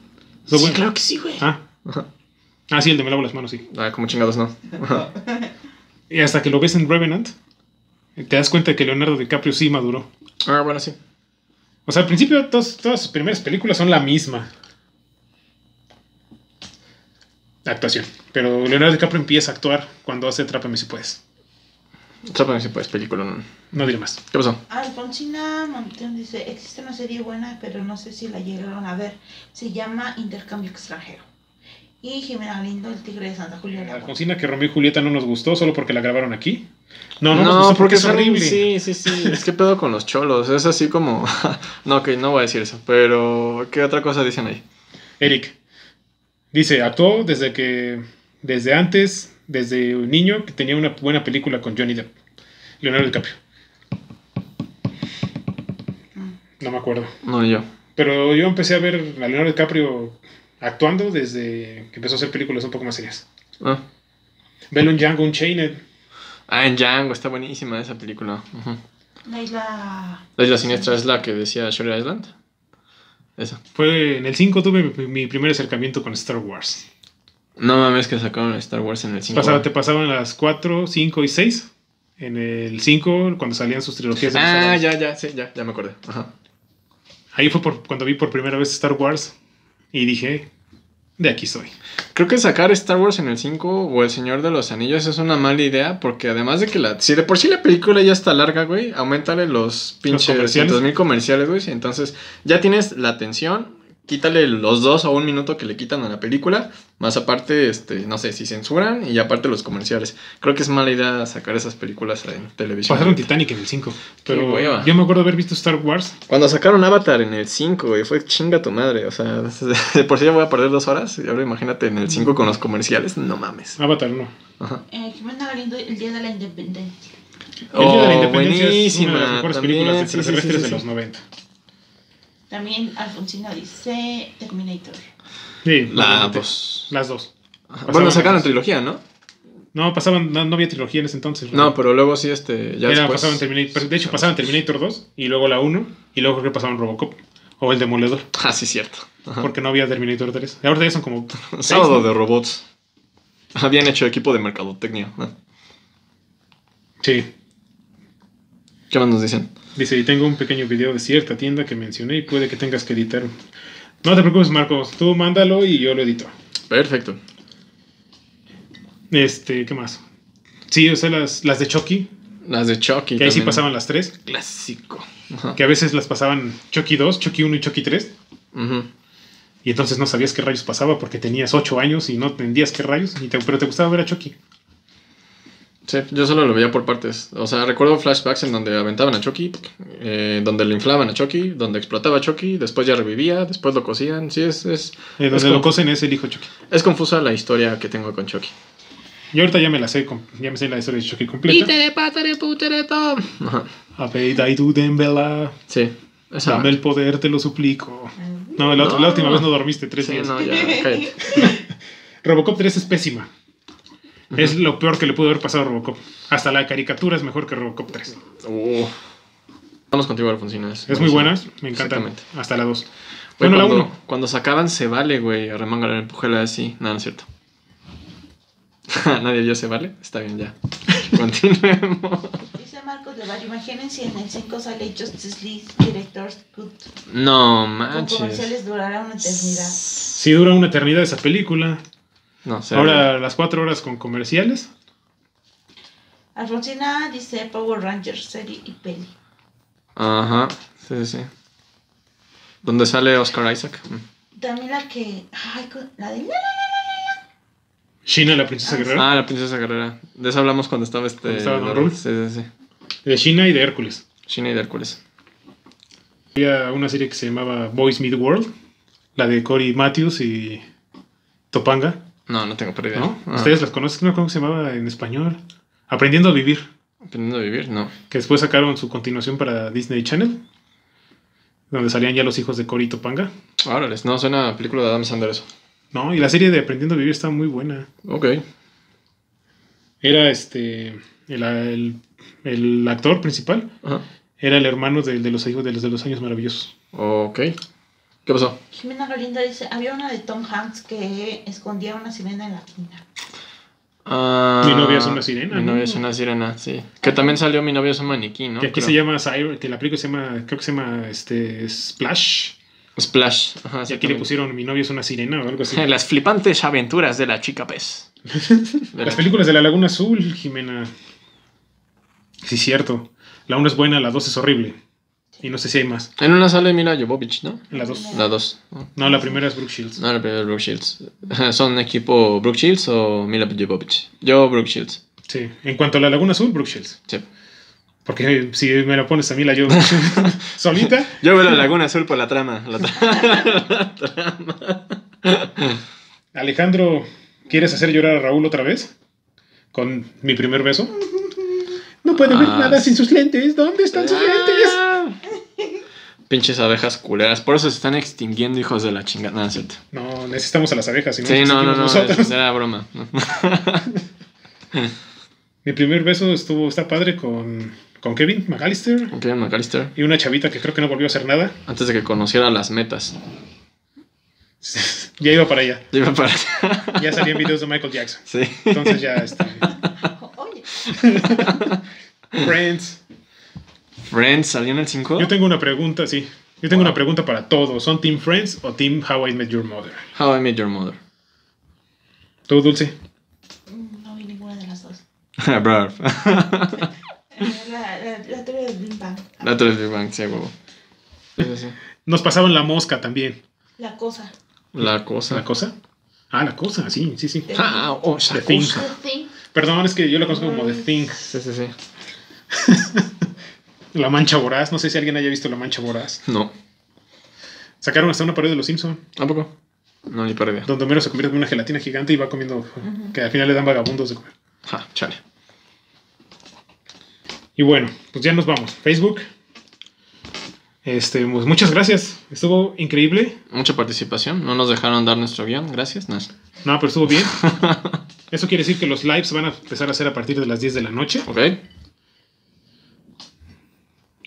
Eso
Sí,
bueno.
claro que sí, güey.
Ah.
Ajá.
ah, sí, el de Me lavo las manos, sí.
Ah, como chingados, no. Ajá.
Y hasta que lo ves en Revenant, te das cuenta que Leonardo DiCaprio sí maduró.
Ah, bueno, sí.
O sea, al principio tos- todas sus primeras películas son la misma. Actuación. Pero Leonardo DiCaprio empieza a actuar cuando hace Trápame si puedes.
Atrápame si puedes, película. no.
No diré más.
¿Qué pasó?
Alfonsina Montón dice, existe una serie buena, pero no sé si la llegaron a ver. Se llama Intercambio Extranjero. Y Jimena Galindo, el tigre de Santa Julia. de la Guardia.
Alfonsina que Romeo y Julieta no nos gustó solo porque la grabaron aquí. No, no,
No,
nos gustó porque es
son-
horrible.
Sí, sí, sí. es que pedo con los cholos. Es así como. [LAUGHS] no, ok, no voy a decir eso. Pero, ¿qué otra cosa dicen ahí?
Eric dice, actuó desde que, desde antes, desde un niño, que tenía una buena película con Johnny Depp. Leonardo DiCaprio. No me acuerdo.
No, yo.
Pero yo empecé a ver a Leonardo DiCaprio actuando desde que empezó a hacer películas un poco más serias.
Ah,
Velo en Django Unchained.
Ah, en Django, está buenísima esa película. Ujú.
La isla...
La isla siniestra es la que decía Shore Island. Esa.
Fue en el 5 tuve mi, mi primer acercamiento con Star Wars.
No mames, que sacaron Star Wars en el 5.
Pasaba- te pasaban las 4, 5 y 6. En el 5, cuando salían sus trilogías. de los
Ah,
sábados.
ya, ya, sí, ya, ya me acordé. Ajá.
Ahí fue por, cuando vi por primera vez Star Wars y dije, de aquí soy.
Creo que sacar Star Wars en el 5 o El Señor de los Anillos es una mala idea porque además de que la... Si de por sí la película ya está larga, güey, aumentale los pinches
comerciales.
100.000 comerciales, güey. y Entonces ya tienes la tensión, quítale los dos o un minuto que le quitan a la película, más aparte, este, no sé, si censuran y aparte los comerciales. Creo que es mala idea sacar esas películas en televisión.
Pasaron Titanic en el 5. Pero
hueva.
yo me acuerdo haber visto Star Wars.
Cuando sacaron Avatar en el 5, güey, fue chinga tu madre. O sea, [LAUGHS] de por sí ya voy a perder dos horas y ahora imagínate en el 5 con los comerciales, no mames.
Avatar no.
Ajá.
eh, Jimena Galindo, el día de la independencia.
El Día de la Independencia
Oh, buenísima.
es una de las mejores
también,
películas
sí,
de
sí, sí,
extraterrestres
sí, sí.
de los 90.
También Alfonsina dice Terminator.
Sí,
La,
obviamente.
pues.
Las dos.
ajá.
pasaban
Bueno,
las
sacaron
dos.
trilogía, ¿no?
No, pasaban, no, no había trilogía en ese entonces.
No, pero luego sí, este. Ya
Era,
después.
pasaban Terminator, de hecho, pasaban Terminator 2 y luego la 1 y luego creo que pasaban Robocop o El Demoledor,
Ah, sí, cierto. Ajá.
porque no había Terminator 3. Y Ahora ya son como... seis,
Sábado
¿no?
de robots. Habían hecho equipo de mercadotecnia. Ah, ¿no?
Sí.
¿Qué más nos dicen?
Dice, y tengo un pequeño video de cierta tienda que mencioné y puede que tengas que editar. No te preocupes, Marcos, tú mándalo y yo lo edito.
Perfecto.
Este, ¿qué más? Sí, o sea, las, las de Chucky,
Las de Chucky.
que ahí sí
también.
pasaban las tres,
Clásico. Ajá.
que a veces las pasaban Chucky 2, Chucky 1 y Chucky 3,
Ujú.
y entonces no sabías qué rayos pasaba porque tenías 8 años y no entendías qué rayos, y te- pero te gustaba ver a Chucky.
Sí, yo solo lo veía por partes. O sea, recuerdo flashbacks en donde aventaban a Chucky, eh, donde le inflaban a Chucky, donde explotaba a Chucky, después ya revivía, después lo cosían. Sí, es, es,
Eh,
Es
donde
como-
lo cosen es el hijo de Chucky.
es confusa la historia que tengo con Chucky.
Yo ahorita ya me la sé, com- ya me sé la historia de Chucky completa.
patere, putere, tom. Ajá,
Abeidaidu Dembela,
sí. Esa.
dame el poder, te lo suplico. No, la, otra- la
No.
última vez no dormiste tres
Sí,
días.
no, ya, cállate.
Robocop 3 es pésima. Es lo peor que le pudo haber pasado a Robocop. Hasta la caricatura es mejor que Robocop 3.
Uh. Vamos contigo, Alfonsina.
Oh. Es muy buena, me encanta.
Exactamente.
Hasta la 2.
Güey,
Bueno, la
cuando,
1.
Cuando sacaban se vale, güey. Arremanga la empujela así. No, no es cierto. [LAUGHS] Nadie vio se vale. Está bien,
[LAUGHS]
ya. Continuemos.
Dice Marcos de Barrio, imagínense en el 5 sale Justice League Director's Cut.
No
Con
manches.
comerciales durará una eternidad.
Sí dura una eternidad esa película.
No, se
Ahora las 4 horas con comerciales.
Alfonsina dice Power Rangers, serie y peli.
Ajá. Sí, sí, sí. Donde sale Oscar Isaac.
¿Eh?
Mm.
También la que. Ay, con- la de. la, la, la, la, la,
China, la princesa guerrera.
Ah, la princesa guerrera. De eso hablamos cuando estaba este.
Cuando estaba Don Rull.
Sí, sí, sí.
De China y de Hércules.
China y de Hércules.
Había una serie que se llamaba Boys Meet World. La de Cory Matthews y Topanga.
No, no tengo Ah. previa.
¿No? Ustedes las conocen, no cómo se llamaba en español. Aprendiendo a vivir.
Aprendiendo a vivir, no.
Que después sacaron su continuación para Disney Channel. Donde salían ya los hijos de Cory y Topanga.
Órale, no, suena a película de Adam Sandler eso.
No, y la serie de Aprendiendo a Vivir está muy buena.
Ok.
Era este. El, el- el actor principal
Ajá.
era el hermano del de los hijos de los, de los años maravillosos.
Ok. ¿Qué pasó?
Jimena Galindo dice: Había una de Tom Hanks que escondía una sirena en la tina.
Ah,
Mi novia es una sirena,
Mi
¿no?
novia es una sirena, sí. Que también salió Mi novia es un maniquí, ¿no?
que aquí
Creo.
se llama Cyber, que la película se llama, creo que se llama este, Splash.
Splash. Ajá,
Y aquí
[LAUGHS]
le
exactamente.
pusieron Mi novio es una sirena o algo
[LAUGHS]
así.
Las flipantes aventuras de la chica
[LAUGHS]
pez. De
Las
la-
películas de la Laguna Azul, Jimena. Sí, cierto. La 1 es buena, la 2 es horrible. Y no sé si hay más.
En una sale Mila Jovovich, ¿no?
La 2.
La dos. ¿no?
No, la primera es Brooke Shields.
No, la primera es Brooke Shields. [LAUGHS] ¿Son equipo Brooke Shields o Mila Jovovich? Yo, Brooke Shields.
Sí. En cuanto a la Laguna Azul, Brooke Shields.
Sí.
Porque eh, si me la pones a mí, la yo [LAUGHS] solita.
Yo veo la Laguna Azul por la trama. La tra-
Alejandro, ¿quieres hacer llorar a Raúl otra vez? Con mi primer beso. No puede ver
Ah.
nada sin sus lentes. ¿Dónde están sus lentes?
Pinches abejas culeras. Por eso se están extinguiendo, hijos de la chingada. No, no es cierto.
No, necesitamos a las abejas. Si no,
Sí,
nos
no, no, no.
sentimos nosotros.
Esa era broma. [LAUGHS]
Mi primer beso estuvo, está padre con, con Kevin McAllister
Ok, McAllister.
y una chavita que creo que no volvió a hacer nada. [LAUGHS]
Antes de que conociera las metas. [LAUGHS]
ya iba para allá.
Yo iba para-
Ya salían videos de Michael Jackson.
Sí.
Entonces ya
[LAUGHS]
este,
Oye,
Friends.
Friends salió en el 5.
Yo tengo una pregunta, sí. Yo tengo una pregunta para todos. ¿Son Team Friends o Team How I Met Your Mother?
How I Met Your Mother. [LAUGHS]
Tú, Dulce.
mm, no vi ninguna de las dos.
Brr.
Eh, La, la, la teoría de Big Bang.
La 3 Big Bang, sí, huevo. Sí, sí, sí.
Nos pasaban la mosca también.
La cosa.
La cosa.
¿La cosa? Ah, la cosa, sí, sí, sí.
Ah, oh, esa
The Thing.
cosa.
Sí.
Perdón, es que yo la conozco como The Thing.
Sí, sí, sí.
La Mancha Voraz. No sé si alguien haya visto La Mancha Voraz.
No.
Sacaron hasta una parodia de Los Simpson
¿Tampoco? No, ni para idea.
donde Homero se convierte en una gelatina gigante y va comiendo, que al final le dan vagabundos de comer.
Ja, chale.
Y bueno, pues ya nos vamos. Facebook. Este, pues muchas gracias. Estuvo increíble.
Mucha participación. No nos dejaron dar nuestro guión. Gracias. No.
No, pero
[LAUGHS]
estuvo bien. Eso quiere decir que los lives se van a empezar a hacer a partir de las 10 de la noche.
Ok.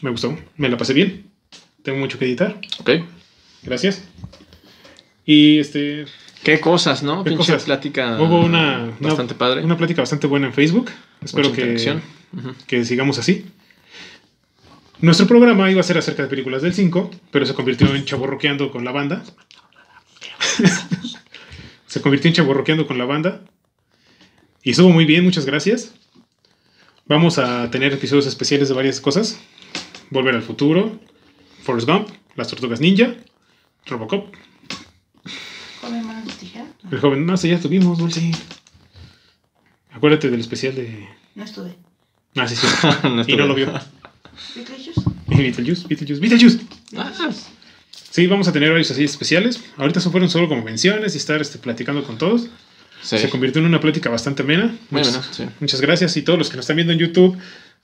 Me gustó. Me la pasé bien. Tengo mucho que editar.
Ok.
Gracias. Y este.
Qué cosas, ¿no?
¿Qué
Pinche
cosas?
plática.
Hubo una. una-
Bastante padre.
Una plática bastante buena en Facebook. Espero
Mucha
que,
interacción. Ujú.
que sigamos así. Nuestro programa iba a ser acerca de películas del 5, pero se convirtió en chaborroqueando con la banda. [LAUGHS] se convirtió en chaborroqueando con la banda. Y estuvo muy bien, muchas gracias. Vamos a tener episodios especiales de varias cosas. Volver al futuro, Forrest Gump, Las Tortugas Ninja, Robocop,
Come más tijera.
El Joven... No, sí, ya tuvimos, Dulce. Acuérdate del especial de...
No estuve.
Ah, sí, sí. y
estuvo
[LAUGHS] no lo
bien.
vio.
¿Big Licious?
Y Beetlejuice, Beetlejuice, Beetlejuice.
Ah,
Sí, vamos a tener varios así especiales. Ahorita se fueron solo como menciones y estar este, platicando con todos.
sí.
Se convirtió en una plática bastante amena.
Muy
Muchas,
bueno, sí.
muchas gracias y todos los que nos están viendo en YouTube,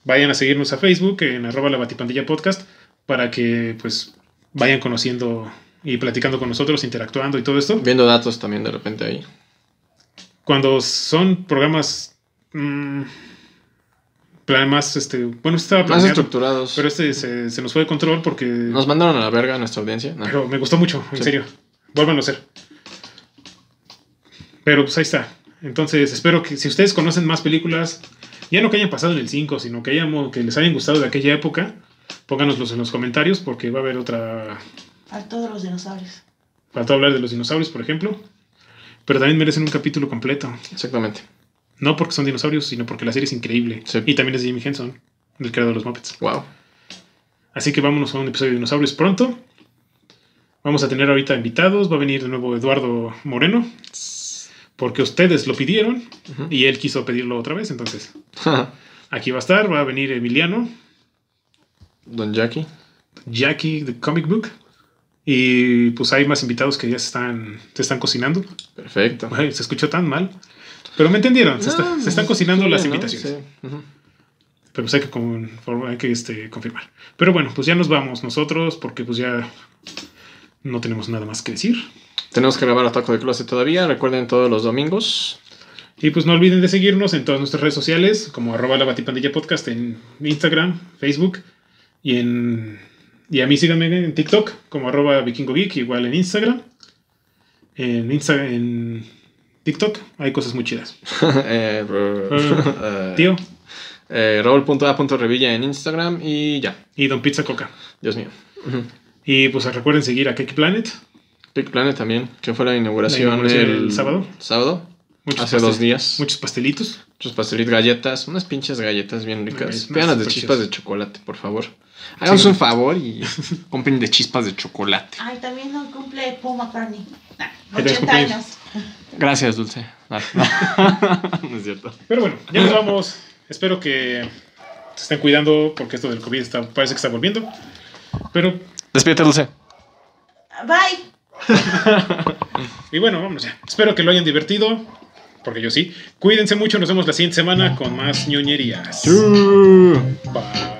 vayan a seguirnos a Facebook en arroba la batipandilla podcast para que pues vayan conociendo y platicando con nosotros, interactuando y todo esto.
Viendo datos también de repente ahí.
Cuando son programas... mm, plan más, este, bueno, este estaba
Más
planeado,
estructurados.
pero este se, se nos fue de control porque...
Nos mandaron a la verga a nuestra audiencia. No.
Pero me gustó mucho, en
Sí.
serio. Vuélvanlo a hacer. Pero pues ahí está. Entonces, espero que si ustedes conocen más películas, ya no que hayan pasado en el 5, sino que, hayamos, que les hayan gustado de aquella época, pónganoslos en los comentarios porque va a haber otra...
A todos los dinosaurios.
Faltó hablar de los dinosaurios, por ejemplo. Pero también merecen un capítulo completo.
Exactamente.
No porque son dinosaurios, sino porque la serie es increíble.
Sí.
Y también es de Jimmy Henson, el creador de los Muppets.
Wow.
Así que vámonos a un episodio de dinosaurios pronto. Vamos a tener ahorita invitados. Va a venir de nuevo Eduardo Moreno. Porque ustedes lo pidieron
Ujú.
y él quiso pedirlo otra vez. Entonces, aquí va a estar. Va a venir Emiliano,
[LAUGHS] Don Jackie.
Jackie de Comic Book. Y pues hay más invitados que ya se están, se están cocinando.
Perfecto.
Ay, se escuchó tan mal. Pero me entendieron. Se, está-
No,
se están cocinando
está
las
bien, ¿no?
invitaciones.
Sí. Ujú.
Pero pues hay que, conform- hay que este, confirmar. Pero bueno, pues ya nos vamos nosotros porque pues ya no tenemos nada más que decir.
Tenemos que grabar a Taco de Closet todavía. Recuerden todos los domingos. [LAUGHS]
Y pues no olviden de seguirnos en todas nuestras redes sociales como arroba la batipandilla podcast en Instagram, Facebook y en... Y a mí síganme en TikTok como arroba vikingo geek, igual en Instagram. En Instagram, en TikTok hay cosas muy chidas.
Eh, [LAUGHS] eh,
Tío
eh, Raúl.a.revilla en Instagram y ya.
y Don Pizza Coca.
Dios mío. Ujú.
Y pues recuerden seguir a Cake Planet.
Big Planet también, que fue la inauguración,
La inauguración el
el
sábado.
sábado,
Muchos
hace dos
pastel-
días.
Muchos pastelitos.
Muchos pastelitos, galletas, unas pinches galletas bien ricas.
Galletas,
Vean las de
súper
chispas
chidas.
de chocolate, por favor. Háganos
Sí.
un favor
[LAUGHS]
y compren de chispas de chocolate.
Ay, también hoy cumple Paul McCartney. Nah,
Feliz
80
cumpleaños.
años.
Gracias, [LAUGHS] Dulce. Ah, No, no es cierto.
Pero bueno, ya nos vamos. Espero que se estén cuidando porque esto del COVID está, parece que está volviendo. Pero,
Despídete, Dulce.
Bye.
y bueno, vamos ya. Espero que lo hayan divertido, porque yo sí. Cuídense mucho, nos vemos la siguiente semana con más ñoñerías. Bye.